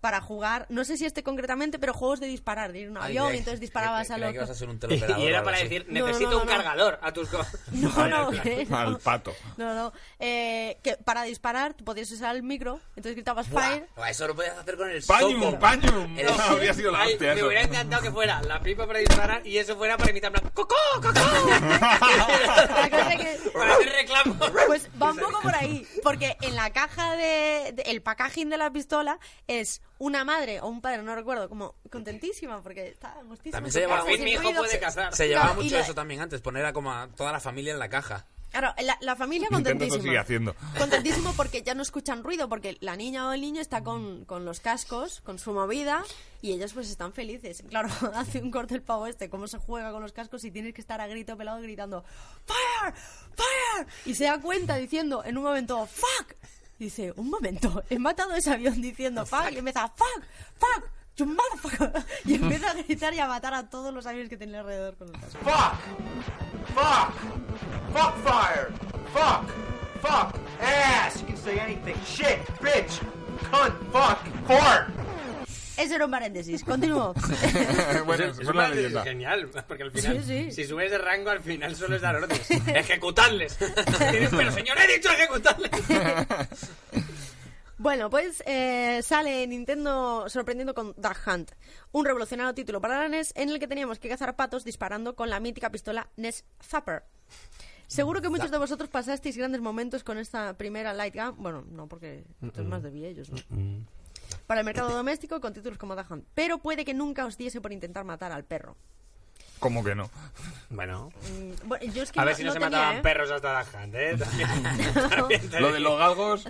para jugar, no sé si este concretamente, pero juegos de disparar, de ir a un avión y entonces disparabas
a
al
lo que
otro. (laughs)
vas a ser un
Y,
teleoperador o
era
algo
para
así.
decir,
No, no,
necesito
no,
un
no.
cargador a tus co-
(laughs) No,
(laughs)
no,
Eh,
que no.
Al pato.
No, no. Eh, que para disparar tú podías usar el micro, entonces gritabas
Buah, (laughs)
fire (laughs)
buah, Ah, eso lo podías hacer con el
¡Pañum!
soco.
¡Pañum!
El-
No, (laughs) habría sido la
Ay,
hostia
me
eso. (laughs)
hubiera encantado que fuera la pipa para disparar y eso fuera para imitar en plan, ¡Cocó, cocó! (laughs)
La cosa que-
para hacer reclamos.
(laughs)
Pues va un poco por ahí, porque en la caja de, de- el packaging de la pistola es una madre o un padre, no recuerdo, como contentísima porque está gustísima.
También se llevaba
Por fin
sin
mi hijo
ruido.
puede casar.
Se llevaba
Claro, y
mucho
la-
eso también antes, poner a como a toda la familia en la caja.
Claro, la, la familia
Nintendo eso
contentísima.
sigue haciendo.
Contentísimo porque ya no escuchan ruido, porque la niña o el niño está con, con los cascos, con su movida, y ellos pues están felices. Claro, (laughs) hace un corte el pavo este, cómo se juega con los cascos y tienes que estar a grito pelado gritando ¡Fire! ¡Fire! Y se da cuenta diciendo en un momento ¡Fuck! Y dice, un momento, he matado ese avión diciendo fuck, y empieza fuck, fuck, you motherfucker. (laughs) Y empieza a gritar y a matar a todos los aviones que tenía alrededor con los cascos.
Fuck! Fuck! Fuck fire! Fuck! Fuck! Ass! You can say anything. Shit! Bitch! Cunt! Fuck! Fart!
Eso era un paréntesis, continúo.
bueno, es una
(laughs)
leyenda.
genial, porque al final,
Sí, sí.
si subes de rango, al final solo
(laughs)
es dar órdenes. ¡Ejecutadles! Y dices, Pero señor, he dicho ejecutadles.
Bueno, pues eh, sale Nintendo sorprendiendo con Dark Hunt, un revolucionario título para la NES en el que teníamos que cazar patos disparando con la mítica pistola NES Zapper. Seguro que muchos de vosotros pasasteis grandes momentos con esta primera Light Gun. Bueno, no, porque esto es más de viejos, ¿no? Para el mercado doméstico con títulos como Dark Hunt. Pero puede que nunca os diese por intentar matar al perro.
¿Cómo que no?
Bueno.
Mm, bueno, yo es que
A ver si no, se
tenía,
mataban
¿eh?
perros hasta la gente,
(laughs)
¿eh? También- también te
Lo de los galgos,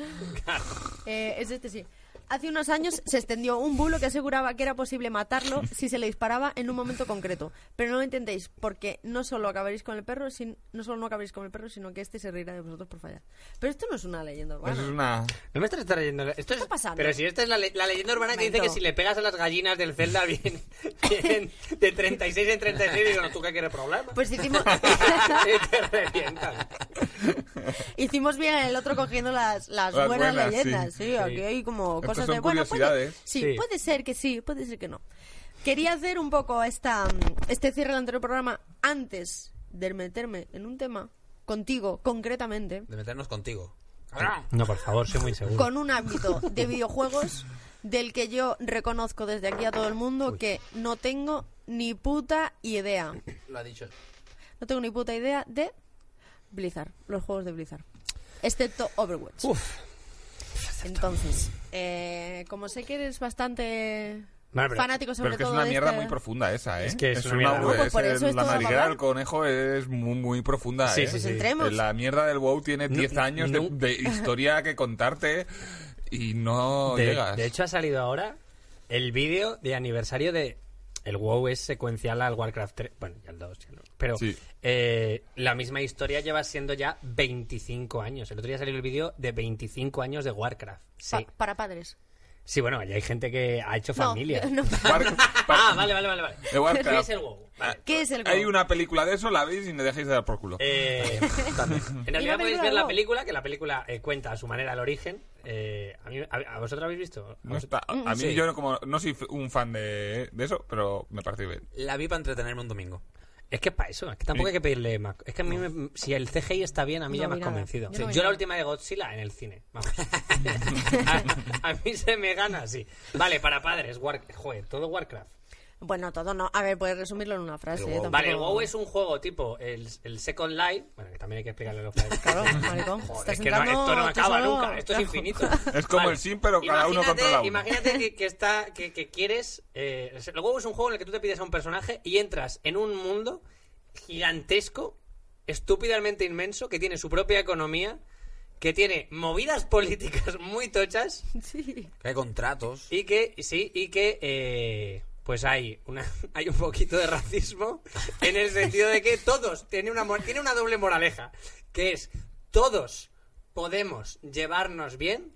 Eh, es este sí. Hace unos años se extendió un bulo que aseguraba que era posible matarlo si se le disparaba en un momento concreto. Pero no lo intentéis, porque no solo acabaréis con el perro, sin, no solo no acabaréis con el perro, sino que este se reirá de vosotros por fallar. Pero esto no es una leyenda urbana.
eso es una...
No me estás trayendo. Esto es,
está pasando? ¿eh?
Pero si esta es la, le- la leyenda urbana que dice que
Momento.
si le pegas a las gallinas del Zelda vienen, vienen de 36 en 36 y digo, ¿tú qué quieres problema?
Pues hicimos,
(laughs)
(laughs)
(laughs)
y te revientan.
hicimos bien el otro cogiendo las, las
Las
buenas,
buenas,
leyendas.
sí.
Sí, aquí hay como
Estas
cosas
son
de bueno. Puede,
curiosidades.
sí,
Sí.
puede ser que sí, puede ser que no. Quería hacer un poco esta, mm, este cierre del anterior programa antes de meterme en un tema contigo concretamente.
De meternos contigo.
No, por favor, soy muy inseguro.
con un ámbito de videojuegos del que yo reconozco desde aquí a todo el mundo que no tengo ni puta idea.
Lo ha dicho.
No tengo ni puta idea de Blizzard, los juegos de Blizzard. Excepto Overwatch. Entonces, eh, como sé que eres bastante
Vale, pero-
fanático sobre
Pero es que es
todo
una
de
mierda
este-
muy profunda esa, ¿eh?
Es que es una mierda.
No, pues por
es-
eso
la
esto va a
madriguera
hablar.
del conejo es muy, muy profunda,
Sí,
¿eh?
sí, sí. Pues
entremos.
La mierda del WoW tiene 10 años de,
no.
de historia que contarte y no
de,
llegas.
de hecho, ha salido ahora el vídeo de aniversario de. El WoW es secuencial al Warcraft 3. Bueno, ya el 2, ya el 1. Pero
Sí.
eh, la misma historia lleva siendo ya 25 años. El otro día salió el vídeo de 25 años de Warcraft. Sí.
pa- para padres.
Sí, bueno, ya hay gente que ha hecho
Ah. No,
familia.
(laughs) no.
War-
(laughs) Ah, vale, vale, vale. vale.
De Warcraft.
¿Qué es el WoW? Vale.
¿Qué es el
Ah, Hay
juego?
una película de eso, la veis y me dejáis de dar por culo.
(laughs)
Eh, en
¿Y la
realidad podéis
película
ver
del
la
WoW?
película, que la película eh, cuenta a su manera el origen. Eh, a, mí- a- a vosotros habéis visto? ¿A
No
vosotros?
está-
Mm,
a mí
Sí.
yo no como no soy f- un fan de, de eso, pero me parece bien.
La vi para entretenerme un domingo.
Es que es para eso, es que tampoco hay que pedirle más. Es que a mí, me- si el CGI está bien, a mí
No
ya me
vi
has
nada.
convencido.
Yo
Sí,
no
Yo,
vi
la
nada.
última de Godzilla en el cine.
(laughs)
Vamos. (laughs) a, a mí se me gana, sí. Vale, para padres, War- joder, todo Warcraft.
Bueno, todo no. A ver, puedes resumirlo en una frase. eh, tampoco-
Vale, el WoW es un juego tipo el, el Second Life. Bueno, que también hay que explicarle
(laughs)
a los padres.
Claro, maricón,
Joder,
estás
es que no-
entrando
esto no
tú
acaba
solo.
nunca, esto
(laughs)
es infinito.
Es como el sim, pero cada uno contra la uno.
Imagínate que, que está, que, que quieres. eh, el WoW es un juego en el que tú te pides a un personaje y entras en un mundo gigantesco, estúpidamente inmenso, que tiene su propia economía, que tiene movidas (laughs) políticas muy tochas
(laughs) Sí.
Que hay contratos.
y que, sí, y que, eh, pues hay, una, (laughs) hay un poquito de racismo en el sentido de que todos, tiene una, mor- tiene una doble moraleja, que es, todos podemos llevarnos bien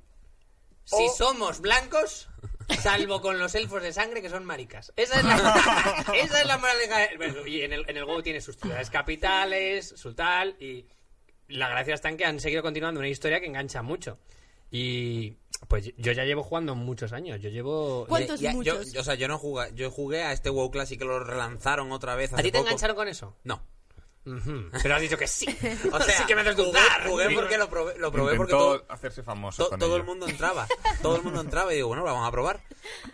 si somos blancos, salvo con los elfos de sangre que son maricas. Esa es (laughs) la, esa es la moraleja. del- bueno, Y en el, en el juego tiene sus ciudades capitales, su tal, y la gracia está en que han seguido continuando una historia que engancha mucho. Y pues yo ya llevo jugando muchos años. Yo llevo...
¿Cuántos
Ya- ya-
muchos?
Yo, yo- o sea, yo no jugué, yo jugué a este WoW Classic que lo relanzaron otra vez
¿A
hace
ti te
poco.
engancharon con eso?
No.
Ujú. Pero has dicho que (laughs) sí.
(laughs) O sea,
sí que me haces
jugué,
dudar.
jugué porque lo probé, lo probé porque
Intentó
todo,
hacerse famoso
to-
con
todo el
ello.
mundo entraba. Todo el mundo entraba y digo, bueno, lo vamos a probar.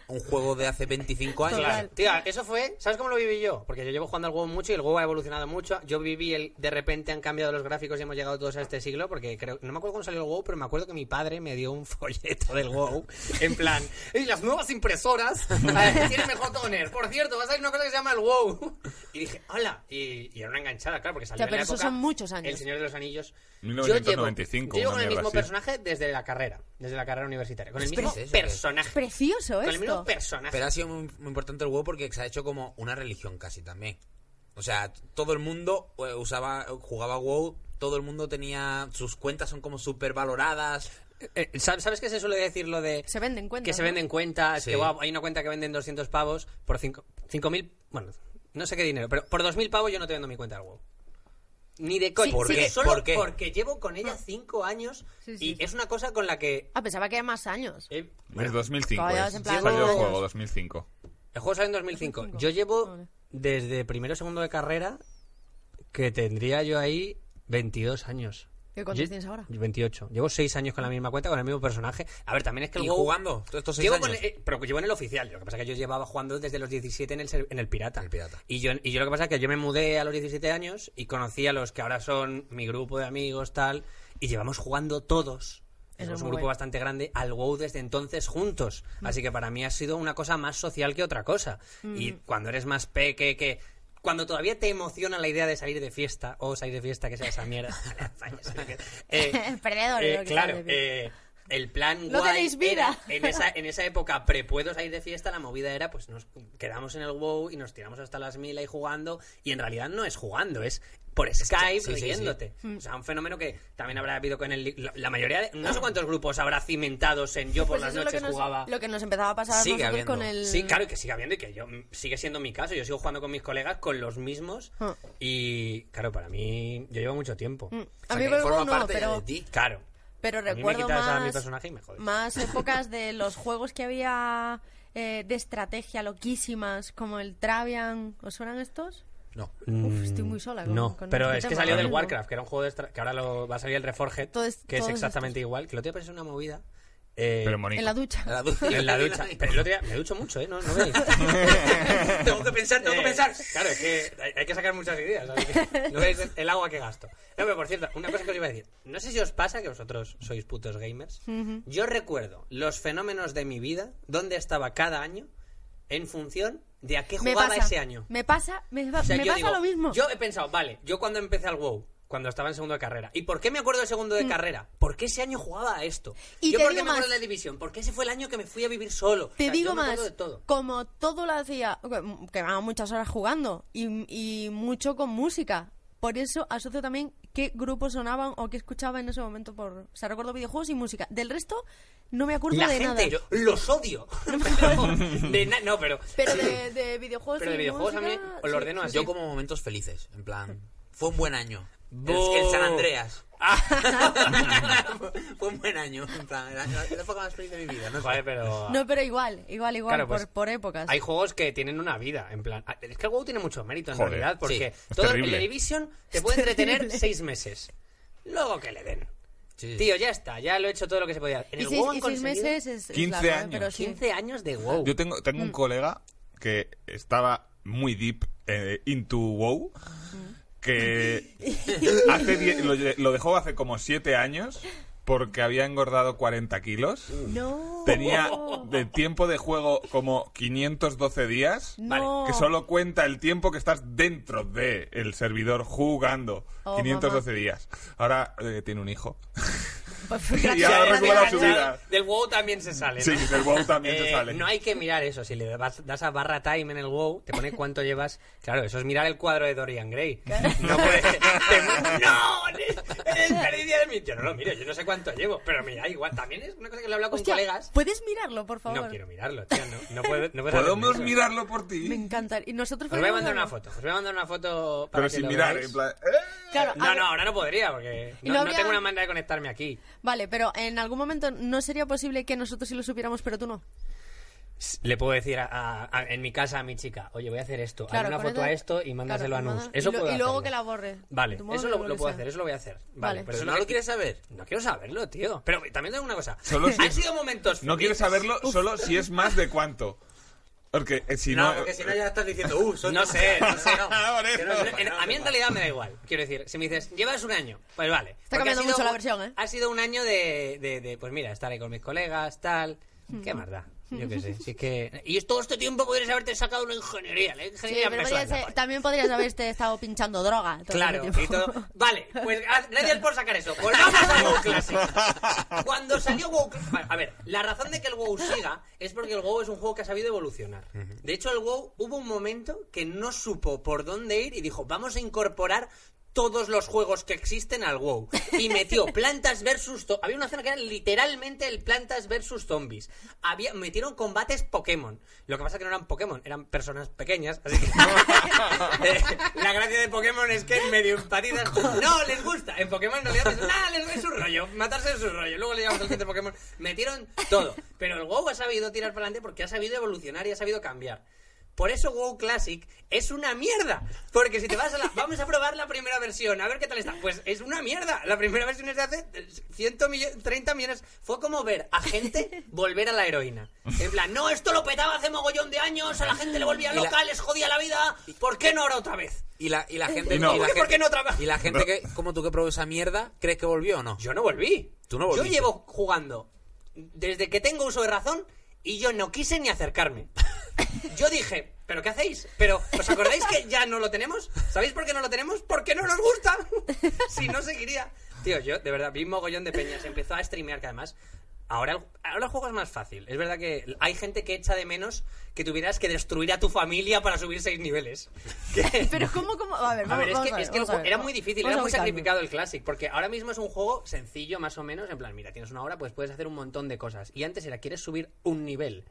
Un juego de hace 25 años.
Claro. Tía, eso fue, ¿sabes cómo lo viví yo? Porque yo llevo jugando al WoW mucho y el WoW ha evolucionado mucho. Yo viví el de repente han cambiado los gráficos y hemos llegado todos a este siglo porque creo no me acuerdo cuándo salió el WoW, pero me acuerdo que mi padre me dio un (laughs) folleto del WoW en plan, "Y las nuevas impresoras eh, tienen mejor toner. Por cierto, va a salir una cosa que se llama el WoW." (laughs) Y dije, "Hola." Y, y era una enganchada, claro, porque salió
Ya, pero
en la
eso
época
son muchos años.
El Señor de los Anillos. Yo llevo-
1995,
yo llevo
una
con el
mierda
mismo
así.
personaje desde la carrera, desde la carrera universitaria, con el
Espera,
mismo
¿es eso?
personaje.
Precioso
Con el mismo
esto.
personaje.
Pero ha sido muy, muy importante el WoW porque se ha hecho como una religión casi también. O sea, todo el mundo eh, usaba, jugaba WoW, todo el mundo tenía, sus cuentas son como súper valoradas.
Eh, ¿sab- ¿Sabes qué se suele decir lo de
Se venden cuentas.
que se
¿no?
venden cuentas?
Sí.
Que guau, hay una cuenta que venden 200 pavos por cinco- 5.000. Bueno, no sé qué dinero, pero por 2.000 pavos yo no te vendo mi cuenta al WoW. Ni de coña.
Sí,
Ah.
¿Por sí.
qué?
Solo
¿Por qué?
Porque llevo con ella 5 años
Sí, sí, sí.
y es una cosa con la que.
Ah, pensaba que eran más años.
eh,
Es 2005.
Todavía
es.
vas en plan-
Salió el
Llevo-
juego 2005.
el juego salió en 2005. Yo llevo
Vale.
desde primero segundo de carrera que tendría yo ahí 22 años.
¿Qué cuántos
Yo-
tienes ahora?
28. Llevo 6 años con la misma cuenta, con el mismo personaje. A ver, también es que el
Y
WoW
jugando estos seis
Llevo
años.
con el- eh, pero llevo en el oficial. Lo que pasa es que yo llevaba jugando desde los 17 en el, ser- en el Pirata.
El Pirata.
Y, yo, y yo lo que pasa es que yo me mudé a los 17 años y conocí a los que ahora son mi grupo de amigos, tal. Y llevamos jugando todos.
Eso es
somos un
muy
grupo
guay. Mm.
bastante grande al WoW desde entonces juntos. Así que para mí ha sido una cosa más social que otra cosa. Y cuando eres más peque que cuando todavía te emociona la idea de salir de fiesta, o salir de fiesta, que sea esa
(laughs)
mierda. eh,
Perdedor,
eh,
lo que
claro,
sea de
eh, el plan
No
guay
tenéis vida.
era- en, esa, en esa época pre-puedo salir de fiesta, la movida era pues nos quedamos en el WoW y nos tiramos hasta las mil ahí jugando. Y en realidad no es jugando, es por Skype
sí, sí, sí.
riéndote.
Hmm.
O sea, un fenómeno que también habrá habido con el... li- La, la mayoría de... No sé cuántos grupos habrá cimentados en yo por
Ah. Pues
las
eso es lo
noches
que nos-
jugaba...
Lo que nos empezaba a pasar a
Sigue
nosotros
habiendo.
con el...
Sí, claro, y que sigue habiendo y que yo mm, sigue siendo mi caso. Yo sigo jugando con mis colegas, con los mismos.
Ah.
Y claro, para mí, yo llevo mucho tiempo.
Mm.
O
A
sea,
mí
que
con el
forma
WoW no,
parte ya
pero...
de ti.
Claro.
Pero
mí me
recuerdo
quitas a
más,
mi personaje y me jodes. (laughs)
más épocas de los juegos que había eh, de estrategia loquísimas, como el Travian. ¿Os suenan estos?
No.
Uf, estoy muy sola con-
Mm, no,
con
pero
este
es que
tema
salió
ahora
del
mismo.
Warcraft, que era un juego de estra- que ahora lo, va a salir el Reforged,
Todo es-
que es
todos
exactamente igual. Que lo te parece una movida. eh,
Pero bonito.
En la ducha.
En la ducha.
en la ducha. (laughs) Pero el otro día- me ducho mucho, ¿eh? No, no (laughs) veis.
tengo que pensar, tengo que
Eh,
pensar.
Claro, es que hay, hay que sacar muchas ideas. así que no veis el agua que gasto. No, pero por cierto, una cosa que os iba a decir. No sé si os pasa que vosotros sois putos gamers. Yo recuerdo los fenómenos de mi vida, dónde estaba cada año, en función de a qué
Me
jugaba
pasa,
ese año.
me pasa, me, va-
O sea,
me
yo
pasa
digo,
lo mismo.
Yo he pensado, vale, yo cuando empecé al WoW, cuando estaba en segundo de carrera. ¿Y por qué me acuerdo de segundo de carrera? ¿Por qué ese año jugaba a esto?
Mm. Y
¿Yo
te
por qué
digo
me
más.
acuerdo de la división? Porque ese fue el año que me fui a vivir solo. O
Te
sea,
digo
yo me
más,
acuerdo de todo.
como todo lo hacía, que- que va muchas horas jugando y, y mucho con música. Por eso asocio también qué grupos sonaban o qué escuchaba en ese momento. por O sea, recuerdo videojuegos y música. Del resto, no me acuerdo
la
de
gente,
nada.
yo los
(laughs)
odio. Pero (laughs) de na- no, pero.
Pero
(coughs)
de, de videojuegos
Pero de
y
videojuegos a mí
música,
os lo
sí,
ordeno
sí,
así.
Yo
sí.
como momentos felices, en plan, fue un buen año. El,
Bo-
el San Andreas.
Ah. (laughs)
(laughs) fue un buen año, en plan, la, la, la época más feliz de mi vida, no sé.
Joder, pero. ah,
No, pero igual, igual, igual,
Claro, pues,
por, por épocas.
Hay juegos que tienen una vida, en plan. ah, Es que el WoW tiene mucho mérito en
Joder.
realidad, porque
Sí,
es
todo el
terrible.
Division te puede entretener seis meses. Luego que le den.
Sí.
Tío, ya está, ya lo he hecho todo lo que se podía. En
y
el
seis,
WoW han
y seis
conseguido
meses es, es
15
largo, ¿eh?
años.
pero sí.
15 años de WoW.
Yo tengo,
Mm.
tengo un colega que estaba muy deep eh, into WoW,
(laughs)
que hace die- lo, lle- lo dejó hace como 7 años porque había engordado 40 kilos.
No.
Tenía de tiempo de juego como 512 días.
No.
Que solo cuenta el tiempo que estás dentro del el servidor jugando.
Oh,
512
mamá.
días. Ahora eh, tiene un hijo.
Pues,
(laughs) Y
gracias.
ya ha recuperado su
Del-
vida.
Del WoW también se sale.
Sí,
¿no?
del WoW también te
Eh,
sale.
No hay que mirar eso. Si le das, das a barra time en el WoW, te pone cuánto llevas. Claro, eso es mirar el cuadro de Dorian Gray. No puedes.
(laughs)
te- ¡No! Desperdicia de mí. Yo no lo miro, yo no sé cuánto llevo. Pero mira, igual. También es una cosa que lo he hablado con
Hostia,
colegas.
¿puedes mirarlo, por favor?
No quiero mirarlo, tío. No, no puedo. No puedo
¿Podemos
hacerme eso.
mirarlo por
Me
ti?
encanta. Y nosotros
Os voy a
podemos
mandar una
verlo.
foto. Os voy a mandar una foto para
Pero
que
sin
lo
mirar,
veáis.
en plan... ¡eh!
Claro, a
No,
ver,
no, ahora no podría porque
Y
no,
no
no
habría-
tengo una manera de conectarme aquí.
Vale, pero en algún momento no sería posible que nosotros sí lo supiéramos, pero tú no.
le puedo decir a- a- a- en mi casa a mi chica, oye, voy a hacer esto, haz una
con
foto
eso-
a esto y mándaselo
claro,
a Nus.
manda-
Eso
y, lo-
puedo
y luego
hacerlo.
que la borre.
Vale,
Tu móvil
eso
o
lo,
que
lo puedo
sea.
hacer, eso lo voy a hacer.
Vale.
Vale, pero
Pero
eso
no
que-
lo quieres saber.
No quiero saberlo, tío. Pero también tengo una cosa. (laughs)
Solo si
Han
es-
sido momentos
No quieres
felices.
saberlo solo si es más de cuánto. Porque eh, si no...
No, porque si no ya estás diciendo, uh, soy
(laughs) No sé, no sé.
(laughs) no.
Por
Que no sé.
eso.
En- a mí en realidad me da igual. Quiero decir, si me dices, llevas un año, pues vale. Está
cambiando mucho la versión, ¿eh?
Ha sido un año de, de- de, pues mira, estar ahí con mis colegas, tal.
Hmm.
Qué más
(laughs)
da. Yo qué sé. Si es que... Y todo este tiempo podrías haberte sacado una ingeniería. La
Sí,
ingeniería
pero
me
podrías,
suelta,
eh,
joder.
también podrías haberte estado pinchando droga. todo
Claro,
el tiempo.
y todo. Vale, pues
(laughs)
haz- gracias por sacar eso. Volvamos a WoW Classic. Cuando salió WoW Cl- Vale, A ver, la razón de que el WoW siga es porque el WoW es un juego que ha sabido evolucionar. De hecho, el WoW hubo un momento que no supo por dónde ir y dijo, vamos a incorporar todos los juegos que existen al WoW.
(laughs)
Y metió Plantas versus Zo- Había una zona que era literalmente el Plantas versus Zombies. Había, metieron combates Pokémon. Lo que pasa que no eran Pokémon, eran personas pequeñas.
(laughs)
Así que (laughs) Eh, la gracia de Pokémon es que en medio empatizas. No, les gusta. En Pokémon en realidad es, "Ah, les es su rollo. Matarse es su rollo. Luego le llamamos al centro Pokémon. Metieron todo. Pero el WoW ha sabido tirar para adelante porque ha sabido evolucionar y ha sabido cambiar. Por eso WoW Classic es una mierda. Porque si te vas a la... Vamos a probar la primera versión, a ver qué tal está. Pues es una mierda. La primera versión es de hace 100 millo- 30 millones. Fue como ver a gente volver a la heroína. En plan, no, esto lo petaba hace mogollón de
(laughs)
años, a la gente le volvía
Y la-
loca, les jodía la vida. ¿Por qué no ahora otra vez?
Y la, y la gente...
Y Eh, no.
y la
¿Por
qué- por qué no trabaja?
Y la gente que, como tú que probó esa mierda, ¿crees que volvió o no?
Yo no volví.
Tú no
Yo
volviste.
llevo jugando desde que tengo uso de razón y yo no quise ni acercarme. Yo dije, ¿Pero qué hacéis? ¿Pero os acordáis que ya no lo tenemos? ¿Sabéis por qué no lo tenemos? Porque no nos gusta. si no, seguiría. Tío, yo de verdad vi mogollón de peñas. Empezó a streamear que además. Ahora el, ahora el juego es más fácil. Es verdad que hay gente que echa de menos que tuvieras que destruir a tu familia para subir seis niveles. Que-
Pero ¿cómo, cómo? A ver,
a
vamos-
ver, es
vamos
que,
a
es que el
vamos a
juego
ver,
era
vamos-
muy difícil,
vamos
era
a
muy
ubicarnos.
sacrificado el Classic, porque ahora mismo es un juego sencillo, más o menos, en plan, mira, tienes una hora, pues puedes hacer un montón de cosas. Y antes era, quieres subir
(laughs)
un nivel.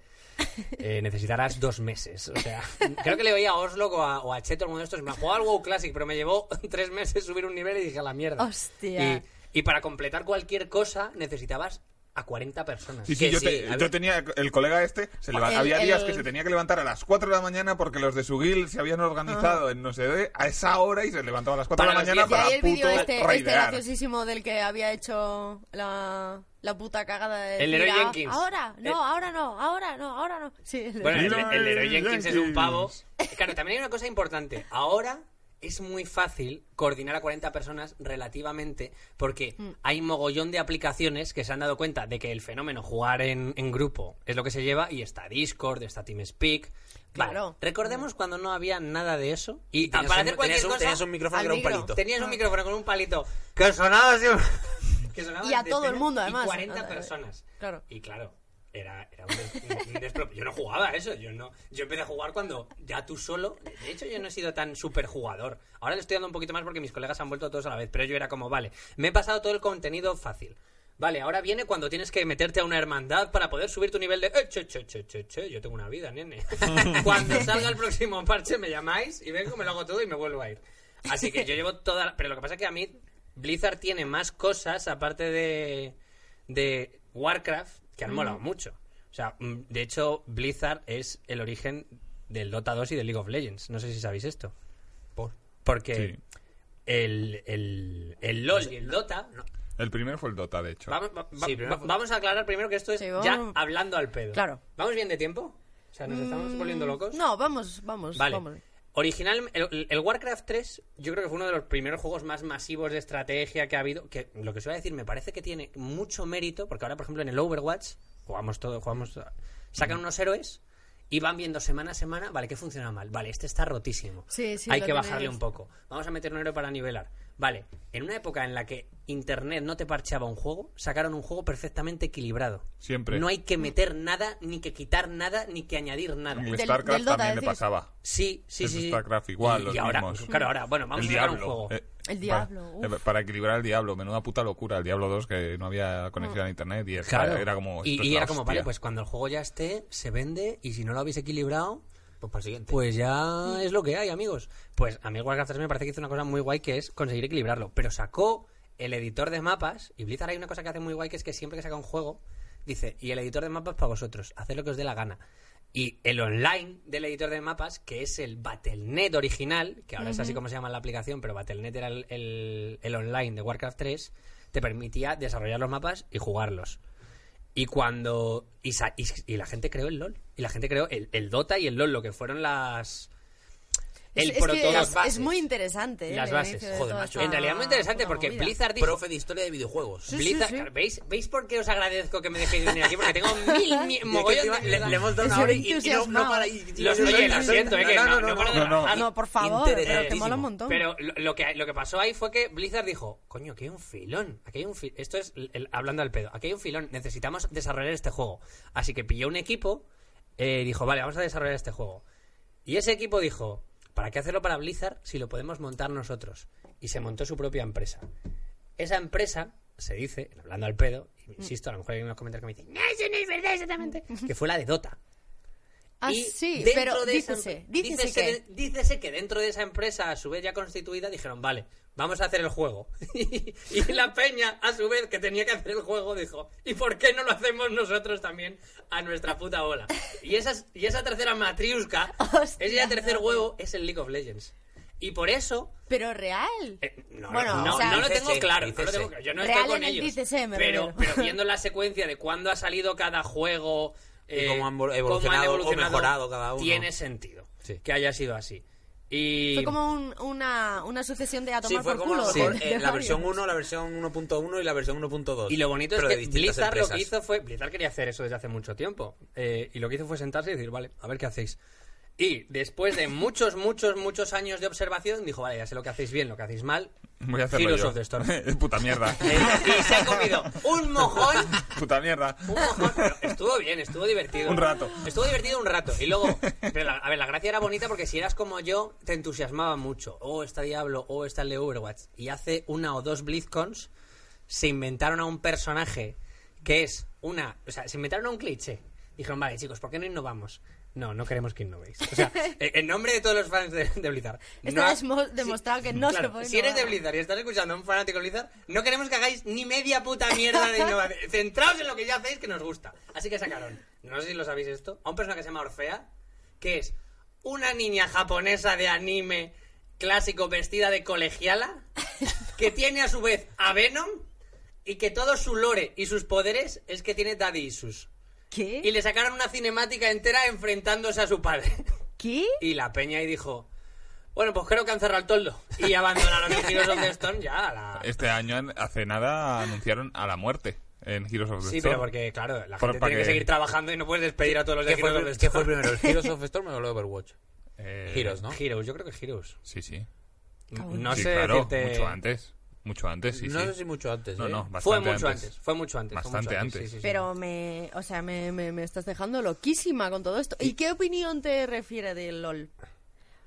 Eh, necesitarás dos meses. O sea, creo que le oía a Oslo o a, o a Cheto, alguno de estos. Me jugado al WoW Classic, pero me llevó (laughs) tres meses subir un nivel y dije a la mierda.
Hostia.
Y, y para completar cualquier cosa necesitabas a 40 personas.
Sí, sí,
Que
yo,
sí,
te-
a
yo
ver.
tenía el colega este, se leva-
El-
había días
el-
que se tenía que levantar a las 4 de la mañana porque los de su guild se habían organizado en no sé dónde a esa hora y se levantaba a las 4 de
Para
la
los
mañana
diez.
Y
para
ahí el vídeo
puto
este, este
raidear.
graciosísimo del que había hecho la, la puta cagada de...
El
decir,
Leroy
"Ah,
Jenkins".
Ahora,
Eh.
no, ahora no, ahora no, ahora no. Sí, el-
Bueno, el,
Mira
el Leroy
el
eh, Jenkins es un
Jenkins.
pavo. Claro, también hay una cosa importante. Ahora es muy fácil coordinar a 40 personas relativamente porque
Mm.
hay mogollón de aplicaciones que se han dado cuenta de que el fenómeno jugar en, en grupo es lo que se lleva y está Discord, está TeamSpeak. Vale,
Claro.
Recordemos cuando no había nada de eso y
Tenías
para
un-
hacer cualquier
tenías un-
cosa
tenías un micrófono
al
que era un
micro.
palito.
tenías un micrófono con un palito que sonaba así. que sonaba
Y a
de
todo el
tener-
mundo,
y
además.
40
Ah,
personas.
claro.
Y claro, era, era un, des- un desprop- Yo no jugaba a eso. Yo no yo empecé a jugar cuando ya tú solo. De hecho, yo no he sido tan super jugador. Ahora le estoy dando un poquito más porque mis colegas han vuelto todos a la vez. Pero yo era como, vale, me he pasado todo el contenido fácil. Vale, ahora viene cuando tienes que meterte a una hermandad para poder subir tu nivel de... "Eh, che, che, che, che, che, yo tengo una vida, nene. cuando salga el próximo parche me llamáis y vengo, me lo hago todo y me vuelvo a ir. Así que yo llevo toda... la- Pero lo que pasa es que a mí Blizzard tiene más cosas aparte de, de Warcraft que han molado mucho. O sea, mm, de hecho, Blizzard es el origen del Dota 2 y del League of Legends. No sé si sabéis esto. Porque
Sí.
el, el, el LOL
Pues,
y el Dota...
El primero fue el Dota, de hecho.
Vamos, va- va-
Sí, primero
va-
fue-
vamos a aclarar primero que esto es
Sí, vamos-
ya hablando al pedo.
Claro. Mm,
¿Vamos bien de tiempo? O sea, ¿nos estamos volviendo locos?
No, vamos, vamos,
Vale.
vamos.
Original, el, el Warcraft 3 yo creo que fue uno de los primeros juegos más masivos de estrategia que ha habido, que lo que os iba a decir me parece que tiene mucho mérito, porque ahora por ejemplo en el Overwatch jugamos todo, jugamos sacan unos héroes y van viendo semana a semana, vale, que funciona mal, vale, este está rotísimo,
Sí, sí,
hay
lo
que
que me
bajarle un
dices.
poco, vamos a meter un héroe para nivelar, vale, en una época en la que internet no te parcheaba un juego, sacaron un juego perfectamente equilibrado.
Siempre.
No hay que meter nada, ni que quitar nada, ni que añadir nada.
El
Del-
StarCraft
del Dota,
también le
decís.
pasaba.
Sí, sí,
El
sí. sí.
StarCraft igual,
Y,
los
y ahora,
mismos.
claro, ahora, bueno, vamos
el
a sacar un
Diablo.
juego.
eh,
El
para-
Diablo,
eh,
uf.
Para, equilibrar el Diablo, menuda puta locura. El Diablo 2 que no había conexión a internet y esta-
Claro.
era como...
Y,
esto es
y
la
era como, vale,
hostia.
pues cuando el juego ya esté, se vende, y si no lo habéis equilibrado,
Pues para el siguiente.
pues ya es lo que hay, amigos. Pues a mí el Warcraft 3 me parece que hizo una cosa muy guay que es conseguir equilibrarlo. Pero sacó el editor de mapas, y Blizzard hay una cosa que hace muy guay que es que siempre que saca un juego, dice, y el editor de mapas para vosotros, haced lo que os dé la gana. Y el online del editor de mapas, que es el Battle.net original, que ahora es así como se llama la aplicación, pero Battle.net era el, el- el online de Warcraft 3, te permitía desarrollar los mapas y jugarlos. Y cuando. Y, sa- y- y la gente creó el LOL. Y la gente creó el, el Dota y el LOL, lo que fueron las.
Es-
El
es, que
proto-
es-
las
es
bases.
muy interesante. eh,
Las
el
bases.
inicio de
Joder,
toda
macho.
esta
En realidad es muy interesante
puta
porque
movida.
Blizzard dijo.
Profe de historia de videojuegos.
Sí,
Blizzard-
sí, sí.
¿veis, ¿Veis por qué os agradezco que me dejéis venir aquí? Porque tengo mil,
(laughs)
mi-
Y es que
mogollón
encima
de-
le, le hemos dado
Es
una hora y, y no,
entusiasmado.
no para y- y-
Los- oye, lo siento, eh, que no, no para de
No, no.
rajar.
Ah, no, por favor, pero te
Interesantísimo.
mola un montón.
Pero lo, lo que, lo que pasó ahí fue que Blizzard dijo, coño, aquí hay un filón, aquí hay un fi- esto es el- el- hablando al pedo, aquí hay un filón, necesitamos desarrollar este juego. Así que pilló un equipo eh, y dijo, vale, vamos a desarrollar este juego. Y ese equipo dijo, ¿para qué hacerlo para Blizzard si lo podemos montar nosotros? Y se montó su propia empresa. Esa empresa, se dice, hablando al pedo, y insisto, a lo mejor hay unos comentarios que me dicen, no, eso no es
(laughs)
verdad exactamente, que fue la de Dota.
Ah,
Y
sí,
dentro
pero
de esa
dícese,
empre-
dícese que...
de- dícese que dentro de esa empresa, a su vez ya constituida, dijeron, vale, vamos a hacer el juego. (laughs) y la peña, a su vez, que tenía que hacer el juego, dijo, ¿y por qué no lo hacemos nosotros también a nuestra puta bola? Y, esas, y esa tercera matriusca,
(laughs) Hostia.
ese ya tercer huevo, es el League of Legends. Y por eso...
Pero real.
eh, no,
Bueno,
no,
o sea-
no lo tengo
Dícese,
claro. no lo
dícese.
tengo claro, Yo no
Real
estoy con
en el
ellos.
dícese, me
pero,
refiero.
pero viendo la secuencia de cuándo ha salido cada juego, eh,
cómo han vol- evolucionado o mejorado cada uno.
tiene sentido
Sí.
que haya sido así. Y
Fue como un- una, una sucesión de a
Sí,
tomar
fue
por
como
culo.
a lo
de- (laughs)
mejor,
de
eh, la
varios.
versión 1, la versión 1.1 y la versión 1.2.
Y lo bonito
pero de
es que
distintas
Blizzard lo
empresas.
que hizo fue. Blizzard quería hacer eso desde hace mucho tiempo. eh, y lo que hizo fue sentarse y decir, vale, a ver qué hacéis. Y después de muchos, muchos, muchos años de observación, dijo, vale, ya sé lo que hacéis bien, lo que hacéis mal.
Voy a hacerlo
Heroes
yo.
of
(laughs)
the Storm.
Puta
(laughs)
mierda.
Eh, y se ha comido un mojón
Puta mierda.
un mojón, pero estuvo bien, estuvo divertido.
Un rato.
Estuvo divertido un rato. Y luego, pero la- a ver, la gracia era bonita porque si eras como yo, te entusiasmaba mucho. Oh, está Diablo, oh, está el de Overwatch. Y hace una o dos BlizzCons se inventaron a un personaje que es una... O sea, se inventaron a un cliché. Dijeron, vale, chicos, ¿por qué no innovamos? No, no queremos que innovéis.
(laughs)
O sea, eh, en nombre de todos los fans de, de Blizzard.
Está
ha-
desmo- demostrado que no se puede
Si eres de
innovar.
Blizzard y estás escuchando a un fanático de Blizzard, no queremos que hagáis ni media puta mierda de innovación. (laughs) Centraos en lo que ya hacéis que nos gusta. Así que sacaron, no sé si lo sabéis esto, a un personaje que se llama Orfea, que es una niña japonesa de anime clásico vestida de colegiala, que tiene a su vez a Venom y que todo su lore y sus poderes es que tiene daddy issues.
¿Qué?
Y le sacaron una cinemática entera enfrentándose a su padre. (laughs)
¿Qué?
Y la peña ahí dijo, bueno, pues creo que han cerrado el toldo.
(laughs)
Y abandonaron el Heroes of the Storm ya a la...
Este año, an- hace nada, anunciaron a la muerte en Heroes of the
Sí,
Storm.
pero porque, claro, la
Por-
gente
para
tiene que
que-
seguir trabajando y no puedes despedir a todos los de
¿Qué
Heroes of the
fue,
Storm.
qué fue primero, el Heroes of Storm o el Overwatch?
Eh,
Heroes, ¿no?
Heroes, yo creo que Heroes.
Sí, sí.
No
Sí,
sé
claro,
decirte-
mucho antes. Mucho antes, sí,
no
sí.
sé si mucho antes,
No,
¿eh?
no, bastante
Fue mucho antes.
antes.
fue mucho antes. fue mucho
Bastante antes.
sí, sí, sí.
Pero me, o sea, me, me, me estás dejando loquísima con todo esto. ¿Y qué opinión te refiere del LOL?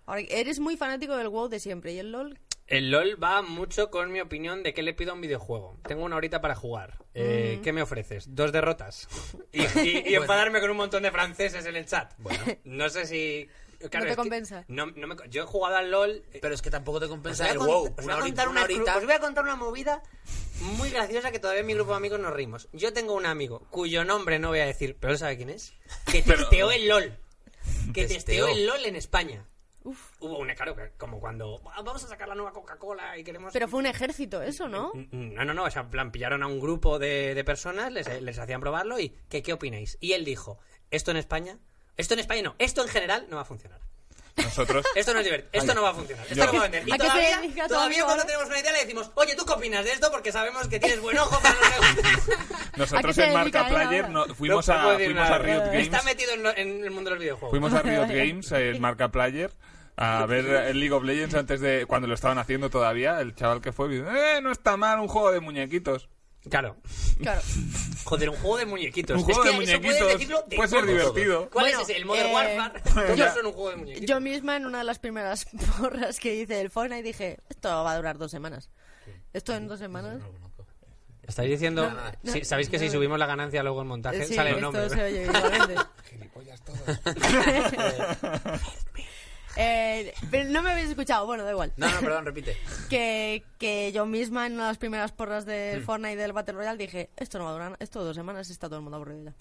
Ahora, eres muy fanático del WoW de siempre y el LOL.
El LOL va mucho con mi opinión de qué le pido a un videojuego. Tengo una horita para jugar. Eh, ¿Qué me ofreces? Dos derrotas. y (laughs) y- y enfadarme con un montón de franceses en el chat. Bueno, no sé si...
te
es que
compensa.
no- no me- yo he jugado al Lol
Pero es que tampoco te compensa
Os
el
voy a
Pues WoW.
cont- os voy
Una
a
horita,
contar
una
una cru-
horita.
Os voy a contar una movida muy graciosa que todavía en mi grupo de amigos nos reímos. Yo tengo un amigo cuyo nombre no voy a decir, pero él sabe quién es,
(laughs)
que testeó el LOL. Que
Testeó.
testeó el LOL en España. Hubo una, claro, que como cuando "Ah, vamos a sacar la nueva Coca-Cola y queremos... Mm,
Pero fue un ejército eso,
(laughs)
¿no?
No, no, no, o sea, en plan, pillaron a un grupo de, de personas, les, eh, les hacían probarlo y que, ¿qué opináis? Y él dijo, esto en España, esto en España no, esto en general no va a funcionar.
Nosotros,
Esto no (laughs) es divertido. Esto no va a funcionar. Esto
Yo-
no va a vender. Y
¿A qué se
todavía,
dedica tu
todavía
amigo,
cuando
eh?
tenemos una idea le decimos, oye, ¿tú qué opinas de esto? Porque sabemos que tienes buen ojo para
(laughs)
los negocios.
¿A qué
nosotros
se
en Marca
dedica él
Player
ahora?
no- fuimos,
No
a,
puedo decir
fuimos
nada.
a Riot Games.
Está metido en, lo- en el mundo de los videojuegos.
Fuimos a
(laughs)
Riot Games, el marca player, a ver el League of Legends antes de cuando lo estaban haciendo todavía. El chaval que fue, dice, eh, no está mal, un juego de muñequitos.
Claro.
Claro.
Joder, un juego de muñequitos.
Un juego
Es
de
que eso
muñequitos.
puedes decirlo de
Puede ser
todos.
divertido.
¿Cuál
Bueno,
es ese? El Modern
eh, (laughs)
Warfare.
ya.
Todos son un juego de muñequitos.
Yo misma en una de las primeras (laughs) porras que hice del Fortnite dije, esto va a durar dos semanas. Esto en dos semanas.
Estáis diciendo... si- ¿Sabéis que si subimos la ganancia luego en montaje
Eh, Sí,
sale el
esto
nombre?
se oye igualmente.
(laughs)
(laughs) Eh, pero no me habéis escuchado, bueno, da igual.
Ah, No, no, (laughs) perdón, repite.
que, que yo misma en una de las primeras porras
Mm.
del Fortnite y del Battle Royale dije, esto no va a durar, esto dos semanas está todo el mundo aburrido ya.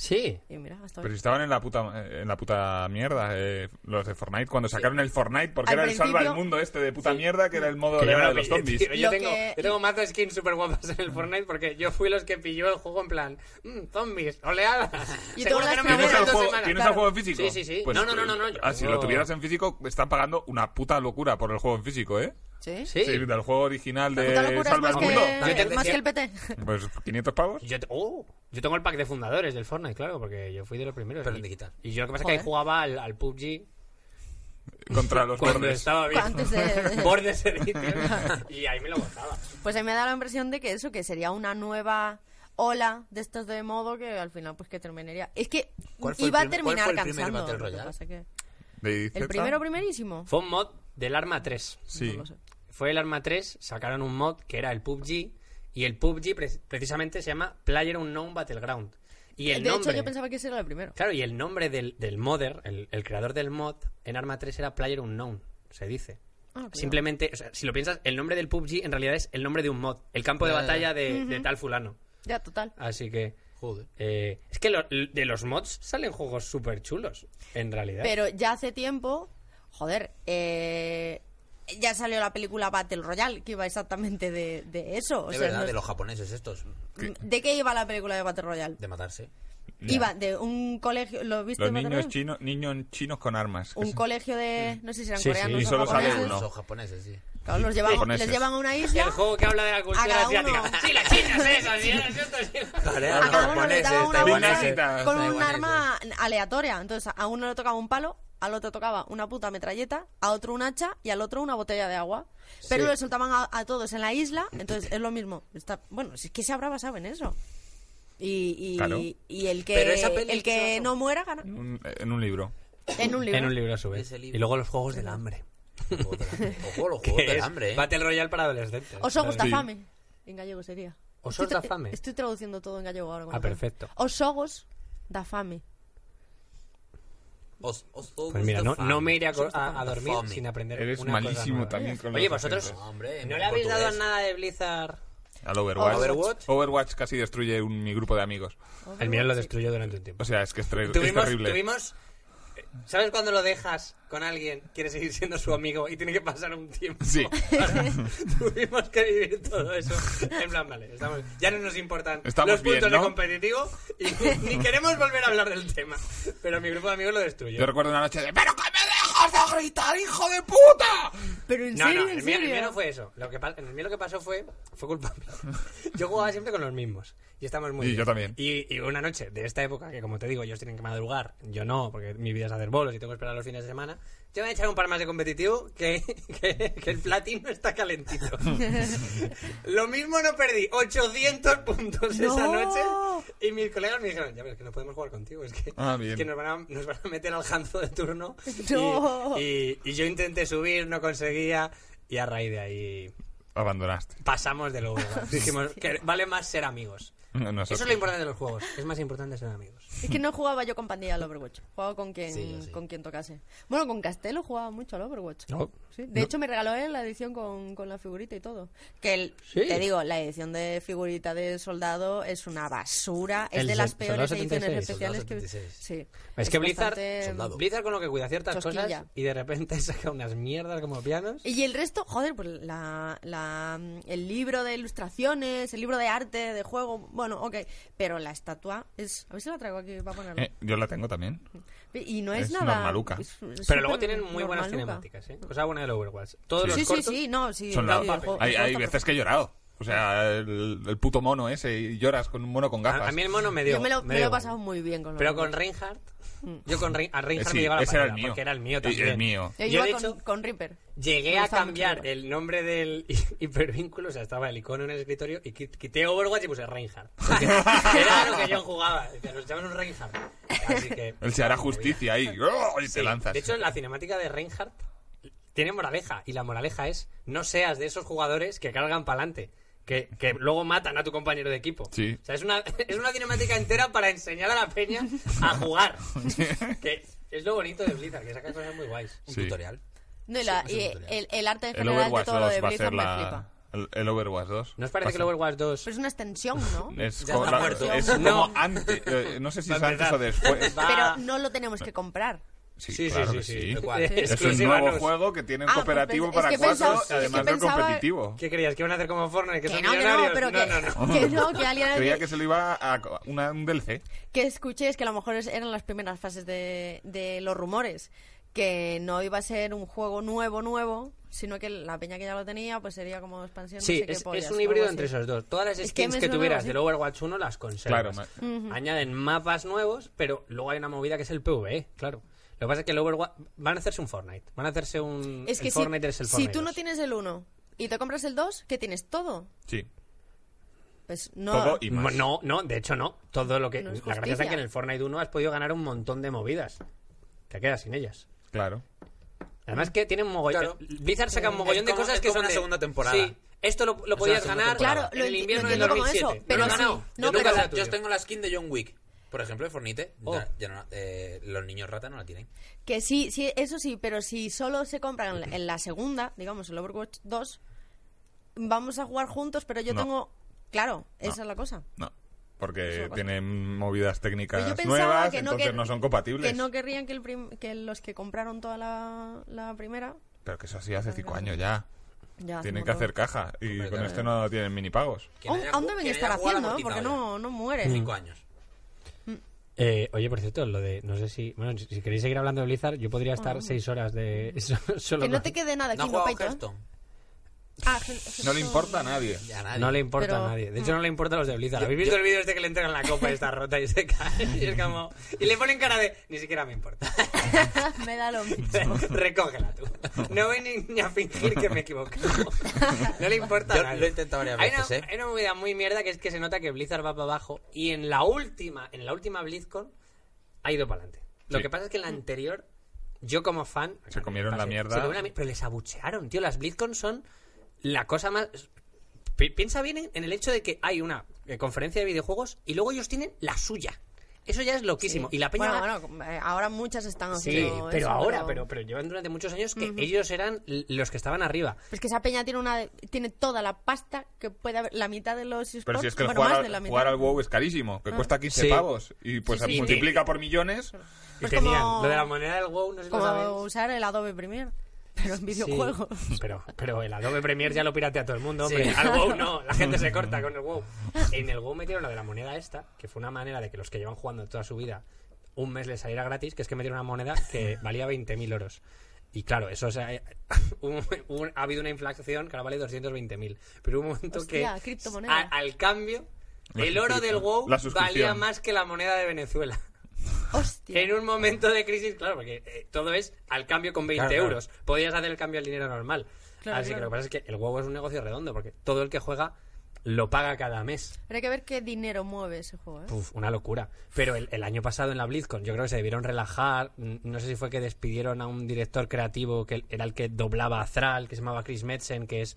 Sí.
Y mira, hasta
Pero si
hoy.
estaban en la puta, eh, en la puta mierda, eh, los de Fortnite, cuando sacaron el Fortnite, porque
Al
era el salva el
principio-
mundo este de puta mierda, que era el modo
Que
de,
yo me lo
de los
pillé,
zombies.
tío.
Lo
Yo tengo,
que-
yo tengo mazo de skins super guapas en el Fortnite porque yo fui los que pilló el juego en plan, "Mm, zombies, (laughs) oleadas.
Yo
Seguro
tengo
que
las
no me
¿Tienes,
primeras
duran
el
dos
juego,
semanas.
¿tienes
claro.
el juego en físico?
Sí, sí, sí. No, no, no, no, no, yo-
Ah, si lo tuvieras en físico, están pagando una puta locura por el juego en físico, ¿eh?
¿Sí?
Sí.
Sí, del juego original
La
eh,
puta
de
locura es
Salva
más
el
que,
Mundo.
Yo te-
más que el PT.
Pues 500 pavos.
Yo, te- oh, yo tengo el pack de fundadores del Fortnite, claro, porque yo fui de los primeros.
Pero
y,
en digital.
Y yo lo que pasa es que
Joder.
ahí jugaba al, al PUBG
Contra los
cuando
bordes.
estaba bien.
(laughs) Antes
(laughs)
de-
(laughs) Bordes Edition. y ahí me lo gozaba.
Pues a mí me da la impresión de que eso, que sería una nueva ola de estos de modo que al final pues que terminaría. Es que
¿Cuál fue el
iba a
prim- cuál
terminar
fue el primer
cansando.
Battle
lo que
Royale?
pasa que-
De
El
Z.
primero primerísimo.
Fue un mod del Arma 3.
Sí.
No lo sé.
Fue el Arma 3, sacaron un mod que era el PUBG y el PUBG pre- precisamente se llama Player Unknown Battleground. Y el
de
nombre...
hecho yo pensaba que ese era el primero.
Claro, y el nombre del, del modder, el, el creador del mod, en Arma 3 era Player Unknown, se dice.
Ah, claro.
Simplemente, o sea, si lo piensas, el nombre del PUBG en realidad es el nombre de un mod, el campo de
Ya, ya,
batalla de, de tal fulano.
Ya, total.
Así que...
Joder.
eh, es que lo- de los mods salen juegos súper chulos, en realidad.
Pero ya hace tiempo, joder, eh, ya salió la película Battle Royale, que iba exactamente de, de eso. O
De
sea,
verdad,
no
de
es-
los japoneses estos,
¿De qué iba la película de Battle Royale?
de matarse.
Iba de un colegio, ¿lo viste
Los
en Battle
niños
Royale?
chinos, niños chinos con armas. que
Un
se-
colegio de, no sé si eran
Sí, sí,
coreanos
y
o
solo sale
japoneses.
uno.
Son japoneses, (laughs) sí.
Claro, los llevan-
Japoneses.
les llevan a una isla.
El juego que habla de la cultura
cada uno.
asiática. Sí, las
(laughs)
chinas, esas, sí, las- esto, sí.
A cada uno le daba una
taiwaneses,
bolsa con un
taiwaneses.
arma aleatoria. Entonces, a uno le tocaba un palo, al otro tocaba una puta metralleta, a otro un hacha y al otro una botella de agua. Pero lo soltaban a, a todos en la isla, entonces es lo mismo. Está, bueno, si es que se habrá basado en eso. Y, y,
Claro.
y el
Pero esa
que,
peli
el que
hizo-
no muera gana.
En un- eh, en un libro.
En un libro.
En un libro a su vez.
Ese libro.
Y luego los Juegos del Hambre.
Ojo, los
(laughs)
juegos del
es
hambre, ¿eh?
Battle Royale para adolescentes.
Os ogos da
Sí.
fame. En gallego sería.
Os
Estoy
ogos da
tra-
fame.
Estoy traduciendo todo en gallego ahora. con
Ah,
la cara.
perfecto.
Os ogos da fame.
Os- os- os-
Pues mira,
os-
no,
fam.
no me iré a, co- a- a
Os-
dormir
fam.
sin aprender
Eres
una cosa
malísimo
nueva.
también con
Oye,
los
vosotros
acentos.
No, hombre,
no le habéis dado
portugués.
nada de Blizzard.
Al Overwatch.
Overwatch.
Overwatch casi destruye un- mi grupo de amigos.
El mío lo destruyó durante un tiempo.
O sea, es que es, tre- es
Tuvimos,
terrible.
tuvimos- ¿Sabes cuando lo dejas con alguien? Quiere seguir siendo su amigo y tiene que pasar un tiempo.
Sí.
(laughs) tuvimos que vivir todo eso. En plan, vale, estamos- ya no nos importan
Estamos
los puntos
bien,
de
¿no?
competitivo y (laughs) ni queremos volver a hablar del tema. Pero mi grupo de amigos lo destruyó.
Yo recuerdo una noche de ¡Pero que me dejas de gritar, hijo de puta!
Pero en
No,
serio,
no,
en
el mío, el
serio.
mío no fue eso. Lo que, pa- en el mío lo que pasó fue, fue culpa mía. Yo jugaba siempre con los mismos. Y estamos muy
Y
bien.
yo también.
Y, y una noche de esta época, que como te digo, ellos tienen que madrugar, yo no, porque mi vida es hacer bolos y tengo que esperar los fines de semana, yo voy a echar un par más de competitivo que, (laughs) que, que el platino está
(laughs)
calentito. Lo mismo no perdí 800 puntos esa
No.
noche y mis colegas me dijeron, ya ves que no podemos jugar contigo, es que,
Ah, bien.
es que nos, van a, nos van a meter al janzo de turno.
(laughs)
Y-
No.
y, y yo intenté subir, no conseguía. Y a raíz de ahí
Abandonaste.
pasamos de lo
(laughs)
Dijimos que vale más ser amigos.
Nosotros.
Eso es lo importante de los juegos. Es más importante ser amigos.
Es que no jugaba yo con pandilla al Overwatch. Jugaba con quien,
Sí, yo sí.
con quien tocase. Bueno, con Castelo jugaba mucho al Overwatch.
No.
Sí, De hecho, me regaló él la edición con, con la figurita y todo. Que el-
Sí.
te digo, la edición de figurita de soldado es una basura. Es
El
de
se-
las
Soldado
peores
76.
ediciones especiales
Soldado
que.
76.
Sí.
Es que Blizzard,
bastante- mm,
Soldado.
Blizzard con lo que cuida ciertas
Chosquilla.
cosas y de repente (laughs) saca unas mierdas como pianos.
Y el resto, joder, pues la, la- el libro de ilustraciones, el libro de arte, de juego, bueno, ok. Pero la estatua es... A ver si la traigo aquí para ponerla.
Eh, yo la tengo también.
y no es,
es
nada...
normaluca.
Pero
súper
luego tienen muy buenas
normaluca.
cinemáticas, ¿eh? Cosa buena del Overwatch. Todos los
Sí, sí,
cortos...
sí, no, sí.
Son
sí,
la-
el juego- el
hay,
juego
hay
está
veces que he llorado. O sea, el, el puto mono ese y lloras con un mono con gafas.
A, a mí el mono me dio...
Yo me lo, me lo
dio
he
igual.
pasado muy Mm. bien con los
Pero con
nombres.
Reinhardt... Yo con Rein- a
Eh,
Reinhardt
sí,
me llevaba la
ese era el
palabra,
mío.
porque era el mío
Y-
también.
el mío.
Yo,
Yo,
iba
de
con,
hecho,
con Reaper.
Llegué
Me
a
gustaba
cambiar
mucho
el nombre del (laughs) hi- hipervínculo, o sea, estaba el icono en el escritorio y qui- quité Overwatch y puse Reinhardt. Porque era lo que yo jugaba. Decía, nos echamos un Reinhardt.
(laughs)
Así que.
Él se hará justicia ahí. ¡oh! Y
Sí.
te lanzas.
De hecho, la cinemática de Reinhardt tiene moraleja. Y la moraleja es: no seas de esos jugadores que cargan para adelante. Que, que luego matan a tu compañero de equipo.
Sí.
O sea, es una, (laughs) es una cinemática entera para enseñar a la peña a
(laughs)
jugar. que es lo bonito de Blizzard, que saca cosas muy guays.
Un
Sí.
tutorial.
No, y la-
Sí,
y
es un tutorial.
el, el arte en
el
general de
Overwatch
todo lo
2
de
va a ser
Blizzard me flipa.
la. El, el Overwatch 2.
¿No os parece
Va a
que
ser-
el Overwatch 2
Pero es una extensión, ¿no?
(laughs) Es
Ya
como,
está
la-
muerto.
es
No.
como antes. eh, no sé si
Va a
es antes
empezar.
(laughs)
o después.
Va-
Pero no lo tenemos que comprar.
Sí,
Sí, sí,
claro
sí,
que
sí.
sí.
Tal cual.
Es un
Exclusiva
nuevo
nos.
juego que tienen
Ah, pues
cooperativo
pensé- es
para
que
cuatro,
pensaba- es que
además del
pensaba-
competitivo.
¿Qué creías? ¿Que iban a hacer como Fortnite? ¿Que,
Que
son
no, que no,
millonarios?
pero
no,
que, (laughs)
no, no.
que no, que alguien
Creía (laughs) que se lo iba a co- una- un DLC.
que escuché es que a lo mejor es- eran las primeras fases de, de los rumores, que no iba a ser un juego nuevo, nuevo, sino que la peña que ya lo tenía, pues sería como expansión. no
Sí,
sé qué
es,
pollas,
es un
algo
híbrido
así.
entre esos dos. Todas las
Es
skins
que
que,
me suena
tuvieras
así.
del Overwatch 1 las conservas.
Claro,
Añaden mapas nuevos, pero luego hay una movida que es el PvE, claro. Lo que pasa es que el Overwatch... Van a hacerse un Fortnite. Van a hacerse un...
Es que
el
si,
Fortnite es el
si
Fortnite
tú no
2.
tienes el 1 y te compras el 2, que tienes todo.
Sí.
Pues no.
Todo y más.
No, no, de hecho no. Todo lo que...
No es
la gracia es
justicia.
que en el Fortnite 1 has podido ganar un montón de movidas. Te quedas sin ellas.
Claro.
Además que tienen mogollón...
Claro.
Blizzard saca un mogollón de
como-
cosas
es
que
como
son
una
de-
segunda temporada.
Sí. Esto lo, lo
Es
podías
una segunda
ganar
temporada.
Claro,
en
lo
el
enti-
invierno
lo
del
entiendo como
2007.
eso, pero
no lo
sí.
has ganado.
No,
Yo
yo,
nunca
pero-
la
tengo,
tuve.
yo tengo la skin de John Wick, por ejemplo, de Fornite.
Oh.
Ya- ya no- eh, los niños rata no la tienen.
Que sí, sí, eso sí, pero si solo se compran en la, en la segunda, digamos, el Overwatch 2, vamos a jugar juntos, pero yo
No.
tengo. Claro, esa es la cosa.
No.
Eso
Porque
pasa.
tienen movidas técnicas
Pero yo pensaba
nuevas,
que no
entonces
quer-
no son compatibles.
Que no querrían que, el prim- que los que compraron toda la, la primera.
Pero que eso ha sido
Ah,
hace cinco años ya.
Ya
Tienen
hacemos
que
todo.
hacer caja. Y
Hombre,
con
claro.
este no tienen minipagos.
Quien
Aún-
haya
Aún
jug-
deben
quien
estar
haya jugado a la
haciendo, ¿eh? porque
amortizadora.
no, no mueren.
Mm.
Cinco años.
Eh, oye, por cierto, lo de. No sé si. Bueno, si- si queréis seguir hablando de Blizzard, yo podría estar seis horas de. so- (laughs) solo
Que no
con-
te quede nada
No ha
aquí, no,
jugado
Paito, ¿eh?
Hearthstone.
Ah,
(laughs)
gen- gen-
No le importa a nadie.
Ya nadie.
No le importa
Pero-
a nadie. De hecho, no le importa a los de Blizzard. ¿Habéis visto el vídeo este que le entregan la copa y está rota y se cae? (laughs) Y es como... Y le ponen cara de... Ni siquiera me importa.
(laughs) Me da lo mismo.
(laughs) Recógela tú. No voy ni, ni a fingir que me he equivocado. No le importa
Yo
a nadie.
lo he intentado varias
Hay una-
veces, ¿eh?
Hay una movida muy mierda que es que se nota que Blizzard va para abajo y en la última, en la última BlizzCon ha ido para adelante. Lo
Sí.
que pasa es que en la anterior, yo como fan...
Se comieron la
pasé-
mierda.
se comieron la mi- pero les abuchearon, tío. Las BlizzCon son la cosa más... Pi- Piensa bien en- en el hecho de que hay una eh, conferencia de videojuegos y luego ellos tienen la suya. Eso ya es loquísimo. Y la peña va-
Bueno, bueno, eh, ahora muchas están
Sí,
haciendo
pero
eso,
ahora, pero... Pero, llevan durante muchos años que ellos eran l- los que estaban arriba.
Es que esa peña tiene una tiene toda la pasta que puede haber, la mitad de los esports,
Pero si es que el
bueno, más
jugar,
de la
al,
mitad. Ah.
jugar al WoW es carísimo, que cuesta 15
Sí.
pavos. Y pues
Sí, sí,
multiplica por millones.
Pues
y tenían
como-
lo de la moneda del WoW, no sé si lo
Como
sabéis.
usar el Adobe Premiere, pero en
Sí,
videojuegos.
(laughs) Pero, pero el Adobe Premiere ya lo piratea todo el mundo,
Sí.
hombre. Al WoW
(laughs)
no, la gente se corta con el WoW. En el WoW metieron lo de la moneda esta, que fue una manera de que los que llevan jugando toda su vida un mes les saliera gratis, que es que metieron una moneda
(laughs)
que valía 20.000 euros. Y claro, eso o sea, (laughs) eh, un- un- ha habido una inflación que ahora vale 220.000. Pero hubo un momento
Hostia,
que
criptomoneda.
a- al cambio,
La
el oro del
suscripción.
WoW
La suscripción.
valía más que la moneda de Venezuela.
Hostia.
En un momento de crisis, claro, porque eh, todo es al cambio con 20
Claro, claro.
euros. Podías hacer el cambio al dinero normal.
Claro,
Así que
claro.
lo que pasa es que el huevo es un negocio redondo, porque todo el que juega lo paga cada mes.
Pero hay que ver qué dinero mueve ese juego, ¿eh?
Puf, una locura. Pero el, el año pasado en la BlizzCon, yo creo que se debieron relajar. Mm, No sé si fue que despidieron a un director creativo que era el que doblaba a Thrall, que se llamaba Chris Metzen, que es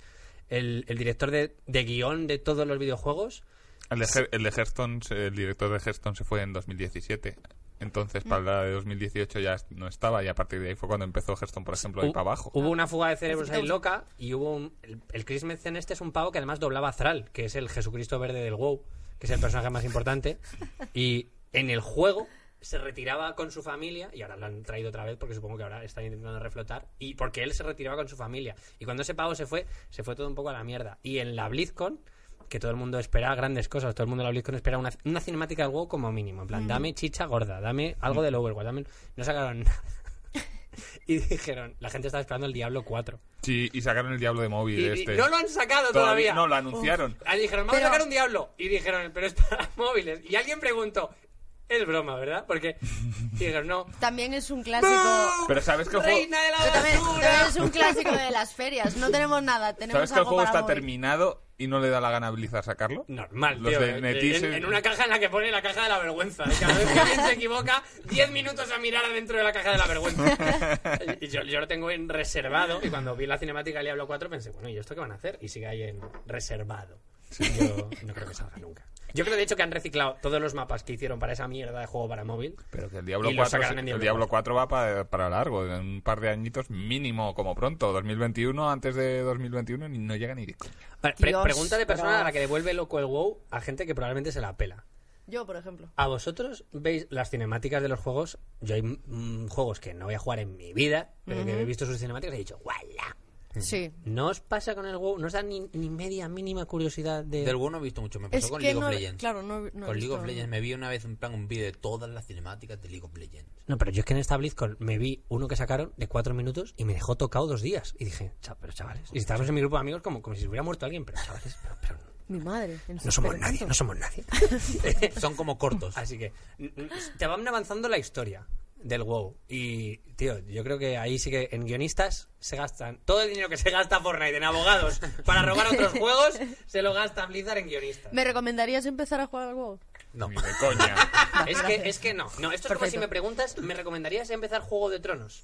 el, el director de, de guión de todos los videojuegos.
El de, He- el de Hearthstone, se- el director de Hearthstone se fue en 2017.
Mm.
Entonces, para la de 2018 ya est- no estaba, y a partir de ahí fue cuando empezó Hearthstone, por ejemplo, ahí
Hu-
para abajo.
Hubo una fuga de cerebros ahí
Necesitamos-
loca y hubo un, el, el Chris Metzen este es un pavo que además doblaba a Thrall, que es el Jesucristo verde del WoW, que es el personaje más importante. Y en el juego se retiraba con su familia y ahora lo han traído otra vez porque supongo que ahora están intentando reflotar y porque él se retiraba con su familia y cuando ese pavo se fue se fue todo un poco a la mierda y en la BlizzCon que todo el mundo espera grandes cosas todo el mundo en la BlizzCon espera una, una cinemática del WoW como mínimo en plan dame chicha gorda dame algo
Mm.
del Overwatch dame... no sacaron (laughs) nada y dijeron, la gente estaba esperando el Diablo 4.
Sí, y sacaron el Diablo de móvil.
Y,
este.
y no lo han sacado todavía.
No, lo anunciaron.
Ah, dijeron, vamos
Pero-
a sacar un Diablo. Y dijeron, pero (laughs) es para móviles. Y alguien preguntó, es broma, ¿verdad?
(laughs)
Porque y dijeron, no.
También es un clásico.
Pero ¿sabes que el juego-
Reina de la
Pero también, también
basura.
es un clásico de las ferias. No tenemos nada, tenemos
¿Sabes que el
algo
juego
para
está
móvil.
terminado y no le da la gana a Blizzard sacarlo?
Normal,
Los
tío.
de
eh,
Netis-
en, en una caja en la que pone la caja de la vergüenza. Y Cada vez que alguien se equivoca, 10 minutos a mirar adentro de la caja de
(laughs)
la vergüenza. Y yo, yo lo tengo en reservado. Y cuando vi la cinemática del Diablo 4 pensé, bueno, ¿y esto qué van a hacer? Y sigue ahí en reservado. Yo no creo que salga nunca. Yo creo, de hecho, que han reciclado todos los mapas que hicieron para esa mierda de juego para móvil.
Pero que el Diablo,
Y lo
4,
sacarán en
el
Diablo
Diablo 4 va para, para largo, en un par de añitos mínimo, como pronto. 2021, antes de 2021, ni- no llega ni de coña.
Vale, pre-
Dios,
pregunta de persona
pero-
a la que devuelve loco el WoW a gente que probablemente se la pela.
Yo, por ejemplo.
¿A vosotros veis las cinemáticas de los juegos? Yo hay mm, juegos que no voy a jugar en mi vida, pero que he visto sus cinemáticas y he dicho, ¡guala!
Sí.
¿No os pasa con el WoW? ¿No os da ni, ni media mínima curiosidad de...?
Del WoW no he visto mucho. Me pasó
Es
con
que
League
no.
of Legends.
Claro, no, no he
con League
visto-
of Legends me vi una vez en plan un vídeo de todas las cinemáticas de League of
(laughs)
Legends.
No, pero yo es que en esta BlizzCon me vi uno que sacaron de cuatro minutos y me dejó tocado dos días. Y dije, "Cha- pero chavales... Y estábamos en mi grupo de amigos como, como si se hubiera muerto alguien, pero chavales, pero, pero no,
Mi madre. en
no somos
Super
nadie,
(laughs) Nintendo.
no somos nadie.
Son como cortos.
Así que n- n- te van avanzando la historia del WoW. Y, tío, yo creo que ahí sí que en guionistas se gastan. Todo el dinero que se gasta Fortnite en abogados para
(laughs)
robar otros juegos, se lo gasta Blizzard en guionistas.
¿Me recomendarías empezar a jugar al WoW?
No.
Ni de coña.
(laughs) Es que, es que no. No, esto es como
Perfecto.
si me preguntas, ¿me recomendarías empezar Juego de Tronos?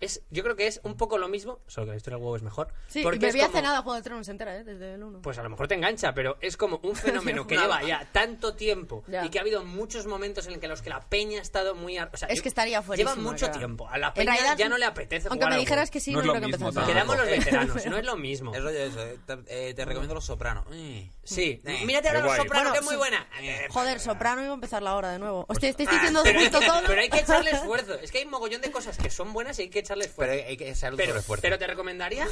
Es, yo creo que es un poco lo mismo, solo que la historia del WoW es mejor.
Sí,
porque
y me
es
había
como-
cenado a Juego de Tronos entera, ¿eh? Desde el 1.
Pues a lo mejor te engancha, pero es como
(laughs)
un fenómeno que lleva ya tanto tiempo
Ya.
y que ha habido muchos momentos en que los que la peña ha estado muy... ar- o sea,
es
yo-
que estaría fuera.
Lleva mucho tiempo. A la peña ya no le apetece
Aunque
jugar
me
al
dijeras
WoW.
que sí,
No
no,
es lo
creo que
mismo
empezaras.
Quedamos los
Pero-
veteranos, no es (laughs) lo mismo.
Es rollo eso. eh, Te, eh, te recomiendo Los Sopranos. Mm.
Sí,
Eh.
mírate ahora
Es
los
guay.
sopranos,
Bueno,
que es muy
sí.
buena.
(laughs)
Eh, (laughs)
Joder, Soprano iba a empezar la hora de nuevo. Hostia, estáis
Ah, (laughs)
diciendo
pero,
justo todo.
pero hay
(laughs)
que echarle esfuerzo. Es que hay un mogollón de cosas que son buenas y hay que echarle
Pero
esfuerzo.
hay, hay que ser
Pero,
otro esfuerzo.
pero te recomendaría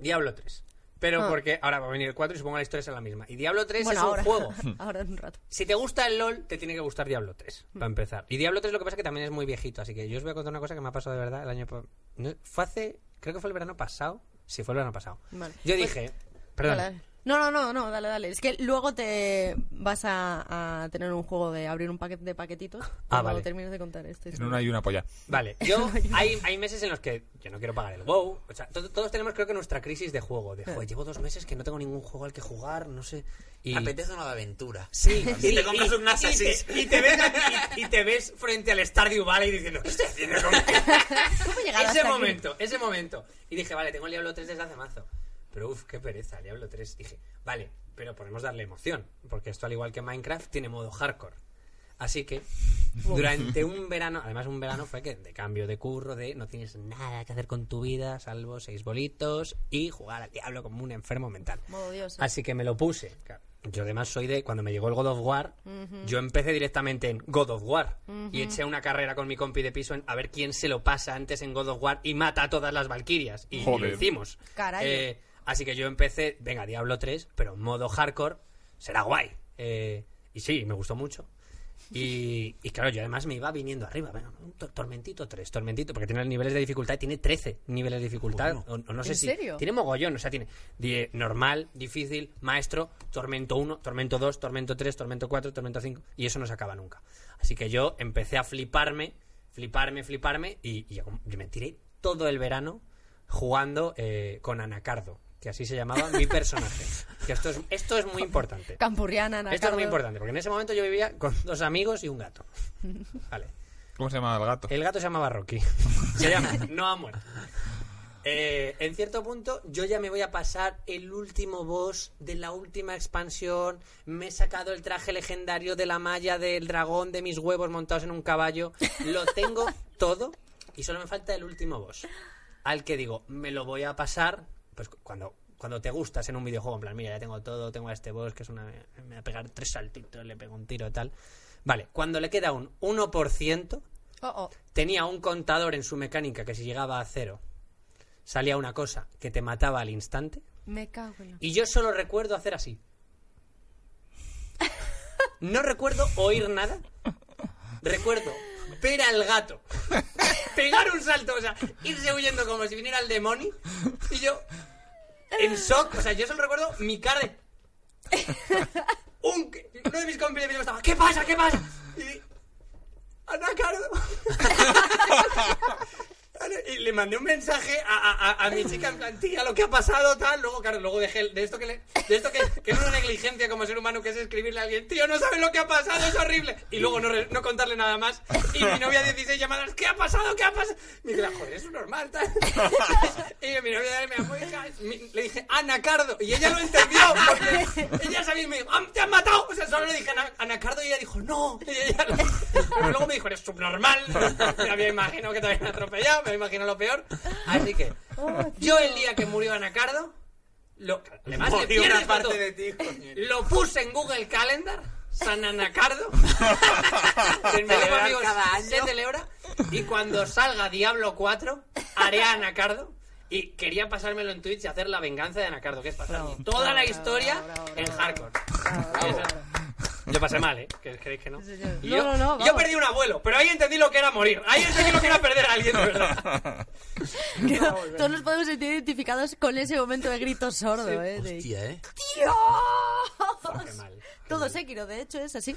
Diablo 3. Pero
Ah.
porque ahora va a venir el 4 y supongo que la historia es la misma. Y Diablo 3
Bueno,
es un
ahora. (laughs)
juego
ahora en un rato.
Si te gusta el LOL, te tiene que gustar Diablo 3,
Mm.
para empezar. Y Diablo 3 lo que pasa es que también es muy viejito, así que yo os voy a contar una cosa que me ha pasado de verdad el año... pa- no- fue hace... Creo que fue el verano pasado. Si fue el verano pasado.
Vale.
Yo
Pues-
dije. Perdón.
Dale. No, no, no, no, dale, dale. Es que luego te vas a, a tener un juego de abrir un paquete de paquetitos cuando
Ah, vale.
termines de contar esto.
En una hay una polla.
(laughs)
Vale, yo hay, hay meses en los que yo no quiero pagar el WoW. O sea, to- todos tenemos creo que nuestra crisis de juego. De, joder, llevo dos meses que no tengo ningún juego al que jugar, no sé. Y...
Apetece una aventura.
Sí,
(laughs) Y
sí,
te compras
y-
un NASA
y te- Y, te ves, y, y te ves frente al Stardew Valley diciendo, ¿qué estoy haciendo con
¿Cómo llegar hasta
Ese
aquí?
momento, ese momento. Y dije, vale, tengo el Diablo 3 desde hace mazo. Pero uff, qué pereza, Diablo 3. Dije, vale, pero podemos darle emoción. Porque esto, al igual que Minecraft, tiene modo hardcore. Así que, durante un verano, además un verano fue que de cambio de curro, de no tienes nada que hacer con tu vida, salvo seis bolitos y jugar al Diablo como un enfermo mental.
Modo Dios, ¿eh?
Así que me lo puse. Yo además soy de cuando me llegó el God of War, yo empecé directamente en God of War y eché una carrera con mi compi de piso en a ver quién se lo pasa antes en God of War y mata a todas las valquirias y, y lo
Joder.
hicimos.
Caray.
Eh, así que yo empecé, venga, Diablo 3, pero en modo hardcore, será guay. Eh, y sí, me gustó mucho. Y, y claro, yo además me iba viniendo arriba. Bueno, un to- tormentito 3, tormentito, porque tiene los niveles de dificultad, tiene 13 niveles de dificultad. o- o no sé
¿En
si-
serio?
Tiene mogollón, o sea, tiene die- normal, difícil, maestro, tormento 1, tormento 2, tormento 3, tormento 4, tormento 5, y eso no se acaba nunca. Así que yo empecé a fliparme, fliparme, fliparme, y, y yo, yo me tiré todo el verano jugando eh, con Anacardo, que así se llamaba mi personaje. que esto es, esto es muy importante.
Campurriana,
Esto es muy
Nacardo.
importante, porque en ese momento yo vivía con dos amigos y un gato. Vale.
¿Cómo se llama el gato?
El gato se llamaba Rocky. Se llama, no ha muerto. Eh, en cierto punto, yo ya me voy a pasar el último boss de la última expansión. Me he sacado el traje legendario de la malla del dragón de mis huevos montados en un caballo. Lo tengo todo y solo me falta el último boss. Al que digo, me lo voy a pasar. Pues cu- cuando, cuando te gustas en un videojuego, en plan, mira, ya tengo todo, tengo a este boss que es una. Me va a pegar tres saltitos, le pego un tiro, tal. Vale, cuando le queda un 1%
Oh, oh.
tenía un contador en su mecánica que si llegaba a cero salía una cosa que te mataba al instante
Me cago en la...
y yo solo recuerdo hacer así. No recuerdo oír nada. Recuerdo ver al gato pegar un salto, o sea, irse huyendo como si viniera el demonio y yo en shock, o sea, yo solo recuerdo mi cara de un, uno de mis compis de vídeo estaba, ¿qué pasa? ¿Qué pasa? Y di, Ana Cardo. Y le mandé un mensaje a, a- a- a mi chica en plan, tía, lo que ha pasado, tal. Luego, claro, luego dejé el- de esto que le- de esto que, que es una negligencia como ser humano que es escribirle a alguien, tío, no sabes lo que ha pasado, es horrible. Y luego no, re- no contarle nada más. Y mi novia 16 llamadas, ¿qué ha pasado? ¿Qué ha pasado? Me dije, joder, es normal, tal. (laughs) Y mi novia me llamó, hija, mi- le dije, Ana Cardo. Y ella lo entendió, porque ella sabía y me dijo, "Ah, te han matado. O sea, solo le dije Ana, Ana Cardo y ella dijo, no. Y ella lo- pero luego me dijo, eres subnormal. Me había imaginado que te habían atropellado, me había imaginado lo peor. Así que, yo el día que murió Ana Cardo, lo, además le
Murió
pierdes
una parte
todo.
de ti, coño.
Lo puse en Google Calendar, San (laughs) Anacardo. del mejor
Celebrar
amigo
cada año.
Se celebra. Y cuando salga Diablo 4, haré a Anacardo. Y quería pasármelo en Twitch y hacer la venganza de Anacardo, que es pasar
Bravo.
toda la
Bravo,
historia
bravo, bravo,
en
bravo.
hardcore. Yo pasé mal, ¿eh? ¿Qué- ¿Creéis que no?
Sí, señor.
Y
No,
yo,
no, no,
yo
vamos.
perdí un abuelo, pero ahí entendí lo que era morir. Ahí entendí lo que era perder a alguien, de verdad.
Todos nos podemos sentir identificados con ese momento de grito sordo, ¿eh? De,
Hostia, ¿eh?
Qué
¡Dios!
mal.
Todo Sekiro, de hecho, es
(laughs)
así.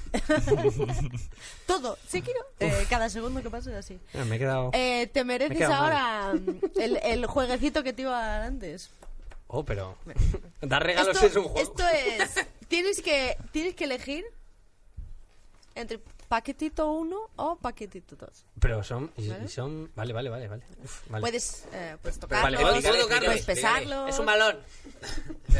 Todo Sekiro, eh, cada segundo que pasa es así.
(laughs) Me he quedado...
Eh, te
Me he
mereces
quedado mal.
ahora mm, el, el jueguecito que te iba a dar antes.
Oh, pero... (laughs) Dar regalos
Esto,
es un juego.
esto
(laughs)
es. Tienes que, tienes que elegir entre paquetito 1 o paquetito 2.
Pero son, y- y
¿Vale?
son... Vale, vale, vale, vale. Uf, vale.
Puedes, eh, pues
Pero- vale,
tocarlos,
¿puedo tocarlos?
puedes
Explícale, explícale.
pesarlos.
Es un balón.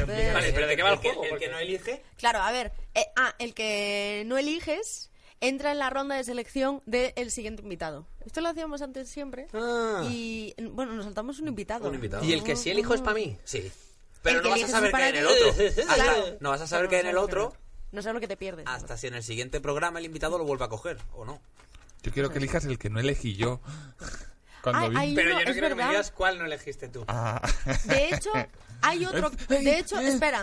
puedes-
(laughs) Vale, pero ¿de qué va el
que-
juego?
El
Porque-
que no elige.
Claro, a ver. eh, ah, el que no eliges entra en la ronda de selección del siguiente invitado. Esto lo hacíamos antes siempre.
Ah.
Y n- bueno, nos saltamos un invitado.
Un invitado.
Y el que sí elijo es para mí.
Sí.
El
Pero
que
no vas a
eliges
saber
es
qué hay en el
para ti.
otro. Hasta-
Claro.
No vas a saber qué hay en el otro
No sabes lo que te pierdes.
hasta si en el siguiente programa el invitado lo vuelva a coger o no.
Yo quiero que elijas el que no
(laughs)
elegí yo. Cuando
Ay,
vi.
ay.
Pero
no,
yo no
es
quiero que me
verdad.
digas cuál no elegiste tú.
(laughs) Ah.
De hecho, hay
(laughs)
otro. De hecho, espera.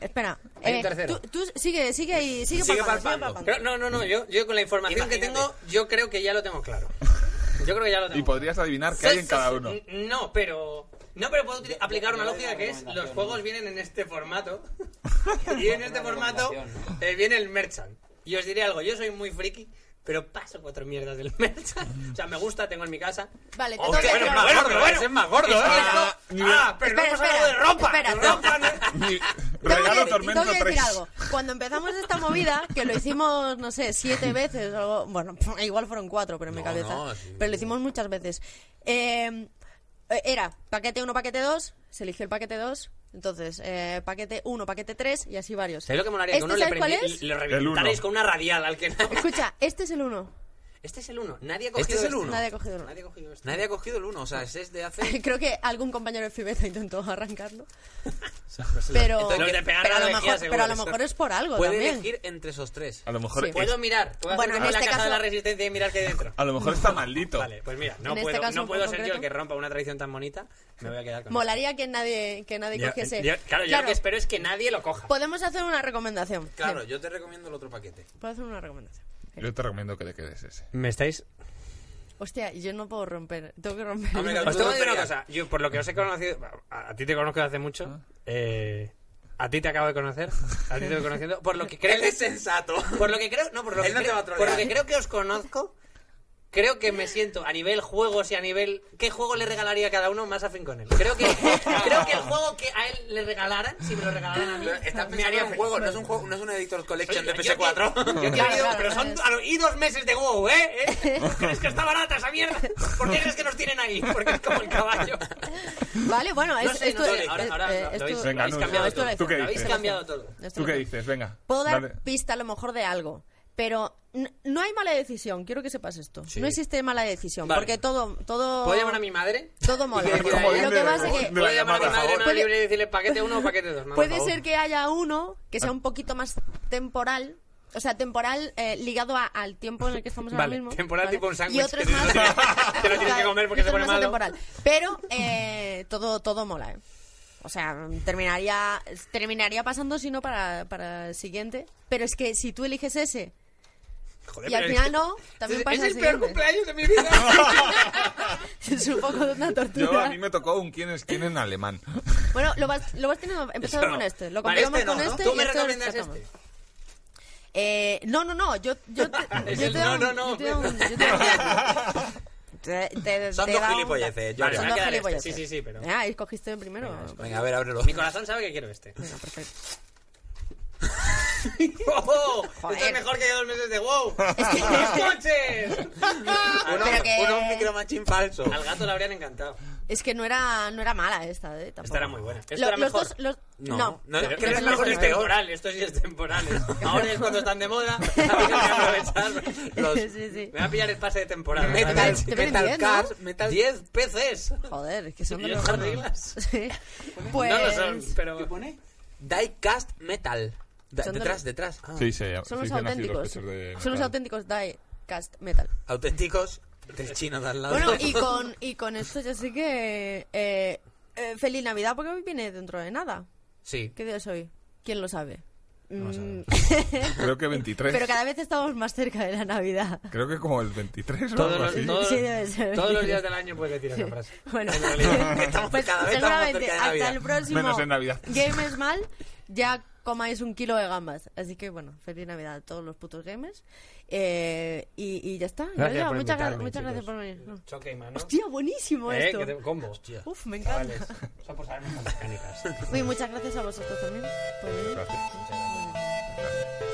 Espera.
Hay un
Eh,
tercero.
tú, tú sigue, sigue ahí. Sigue,
Sigue
palpando, sigue
palpando.
palpando.
Pero no, no, no, yo, yo con la información que tengo,
Imagínate.
yo creo que ya lo tengo claro. Yo creo que ya lo tengo.
Y podrías adivinar qué hay en cada uno.
N- No, pero No, pero puedo util- aplicar una lógica que es los juegos vienen en este
(laughs)
formato y en este formato eh, viene el merchant. Y os diré algo, yo soy muy friki, pero paso cuatro mierdas del merchant. O sea, me gusta, tengo en mi casa.
Vale, te
Oh,
toca
que bueno,
el
bueno,
programa.
pero ese es más gordo, ¿eh?
Ah,
Ah, pero no hemos
espera,
hablado de ropa.
espera.
de ropa
Mi-
no-
Tengo que-
(laughs) Regalo
y
Tormento
tengo que decir
3.
algo. Cuando empezamos esta movida, que lo hicimos, no sé, siete veces o algo. Bueno, (laughs) igual fueron cuatro, pero en mi
No,
cabeza.
no, sí.
Pero lo hicimos muchas veces. Eh, era paquete 1, paquete 2. Se eligió el paquete 2. Entonces, eh, paquete 1, paquete 3 y así varios.
¿Sabéis lo que molaría? Que
¿Este
uno le
sabes cuál
prendi-
es?
lo
El
reventaréis
uno.
con una radial al que
Escucha, este es el 1.
(laughs) Este es el uno. Nadie ha
Este
cogido
es el
esto.
uno.
Nadie ha cogido el uno.
Nadie ha cogido este. esto.
Nadie ha cogido el 1, o sea, ese es de
(laughs)
hace...
Creo que algún compañero de Fibeta intentó
(laughs)
arrancarlo. Pero,
Entonces, los de pegar
pero, a,
la
lo
lejía
mejor,
seguro
pero a lo
que son.
mejor es por algo
Puede
también.
elegir entre esos tres.
A lo mejor
Sí.
es-
Puedo mirar. Puedo
Bueno,
bueno,
en
la
este
casa de la
caso-
resistencia y mirar qué hay dentro.
A lo mejor
(laughs)
está maldito.
Vale, pues mira, no
En este
puedo,
caso
no
un
puedo
poco
ser yo el que
concreto.
rompa una tradición tan bonita. Me voy a quedar con
Molaría que nadie, que nadie
Yo-
cogiese.
yo- claro, yo lo que espero es que nadie lo coja.
podemos hacer una recomendación.
Claro,
Sí,
yo te recomiendo el otro paquete.
puedo hacer una recomendación.
Yo te recomiendo que te quedes ese.
Me estáis.
Hostia, yo no puedo romper. Tengo que romper.
Hombre,
Os tengo que decir una
Tontería.
cosa. Yo, por lo que os he conocido. A, a ti te conozco desde hace
Ah.
mucho. Eh, a ti te acabo de conocer. A ti te voy conociendo. Por lo que creo.
Él
que-
es sensato.
Por lo que creo. No, por lo,
Él
que,
no te
creo,
va a trolear.
por lo que creo que os conozco. Creo que me siento a nivel juegos y a nivel. ¿Qué juego le regalaría a cada uno más afín con él?
(laughs)
Creo que, creo que el juego que a él le regalaran, si me lo regalaran a mí,
Pero Estás
me
pensando
haría
en un
feliz.
(laughs) juego, no es un juego, no es una Editor's Collection
Oye,
de
yo que-
PS4. (laughs)
yo que he
Claro,
ido-
claro,
pero son
claro.
y dos meses de WoW, ¿eh?
(laughs)
¿Eh? ¿Crees que está barata esa mierda? ¿Por qué crees que nos tienen ahí? Porque es como el caballo.
Vale, bueno, es,
No sé,
es
no
tu-
sé. Ahora-
es-
ahora
eh,
lo-
es
lo
tu-
habéis-
Venga,
habéis
no,
cambiado
no,
todo.
¿tú qué
Lo habéis
dices?
cambiado todo.
es tu
¿Tú qué
elección.
dices? Venga.
Puedo dar
dale.
pista a lo mejor de algo, pero n- no hay mala decisión. Quiero que sepas esto. No existe mala decisión,
Vale.
porque todo, todo,
¿Puedo llamar a mi madre? (laughs)
todo mola.
Como
Lo que
dice-
pasa es que
De la
¿Puedo llamar a mi
llamada,
madre
por
en una
favor.
libre y decirle paquete uno o paquete dos? Mamá,
Puede
por favor.
ser que haya uno que sea un poquito más temporal. O sea, temporal eh, ligado a- al tiempo en el que estamos ahora
Vale,
mismo.
temporal tipo un sándwich
Y otro es
que te
más.
lo
(laughs)
tienes- te lo tienes que comer porque
Y
se
otro
pone
es más
malo.
temporal. Pero eh, todo, todo mola, ¿eh? O sea, terminaría, terminaría pasando, si no, para, para el siguiente. Pero es que si tú eliges ese (laughs)
Joder,
y al
pero
final
es-
no, también
es-
pasa
Es el peor cumpleaños de mi vida.
Es un poco de una tortura.
Yo, a mí me tocó un quién es quién en
(laughs)
alemán.
Bueno, lo vas, lo vas teniendo. Empezamos
Eso no.
con este. Lo
Vale,
compramos
este no,
con
¿no?
este. y
¿Tú me
este lo
recomiendas
rescatamos.
este?
Eh, no, no, no. Yo, yo te.
(laughs) Es
yo
el
te
no,
doy un-
no, no.
Yo te doy un- yo te doy un- te- te-
Son
te
dos
da un-
gilipolleces, yo
Vale,
Son dos
creo.
me va a quedar este.
gilipolleces.
Sí, sí, sí, pero-
Ah, y cogiste primero.
Venga, a ver, ábrelo.
Mi corazón sabe que quiero este. (laughs)
Venga, perfecto.
¡Oh! Esto
Joder.
es mejor que dos meses de WoW. ¡Los coches! Ah,
Uno,
Pero que-
uno un micromachín falso.
Al gato le habrían encantado.
Es que no era, no era mala esta, eh. Tampoco.
Esta era muy buena. Esta
Lo-
era
los
mejor.
dos. Los,
No,
no.
no,
Pero
creo
es
no
que
mejor
mejor
es
es peor.
temporal, esto sí es temporal. ¿eh? Ahora es cuando están de moda, (laughs) hay que
(laughs)
aprovechar los-
Sí, sí.
Me va a pillar el pase de temporada.
Metal,
Te venden
metal
bien,
Cars,
¿no?
Metal
10 PCs.
Joder, es que son de
Y
los.
esas reglas.
(laughs) Sí. Pues.
No lo son, pero.
¿Qué pone? Diecast Metal. Da-
Son de
detrás,
los-
detrás. Ah.
Sí, se llama.
Son
se
los
dicen así
auténticos.
coches
Son
de
los
metal.
auténticos diecast metal.
Auténticos del chino de al
Ah.
lado.
Bueno, y con, y con esto ya sé que... eh, eh, feliz Navidad porque hoy viene dentro de nada.
Sí.
¿Qué día es hoy? ¿Quién lo sabe? Mm, (laughs)
Creo que 23.
Pero cada vez estamos más cerca de la Navidad.
Creo que como el 23 o
Todos
algo
los,
así.
todos-
Sí, debe ser.
todos los días del año puedes decir
(laughs)
esa frase.
Bueno,
Estamos-
(laughs) pues
cada vez estamos más
seguramente
cerca de
hasta
Navidad.
el próximo
Menos en Navidad.
Games
(laughs)
Mal ya comáis un kilo de gambas. Así que bueno, feliz Navidad a todos los putos gamers. Eh, y, y ya está.
Gracias
Ya,
por
muchas, gra-
invitarme,
muchas gracias
chicos.
por venir.
Choque y mano.
Hostia, buenísimo
Eh,
esto.
que te- Ah, combo.
(laughs)
Hostia.
Uf, me encanta.
O sea, por saber más mecánicas.
Uy, muchas gracias a vosotros también. por venir.
Gracias.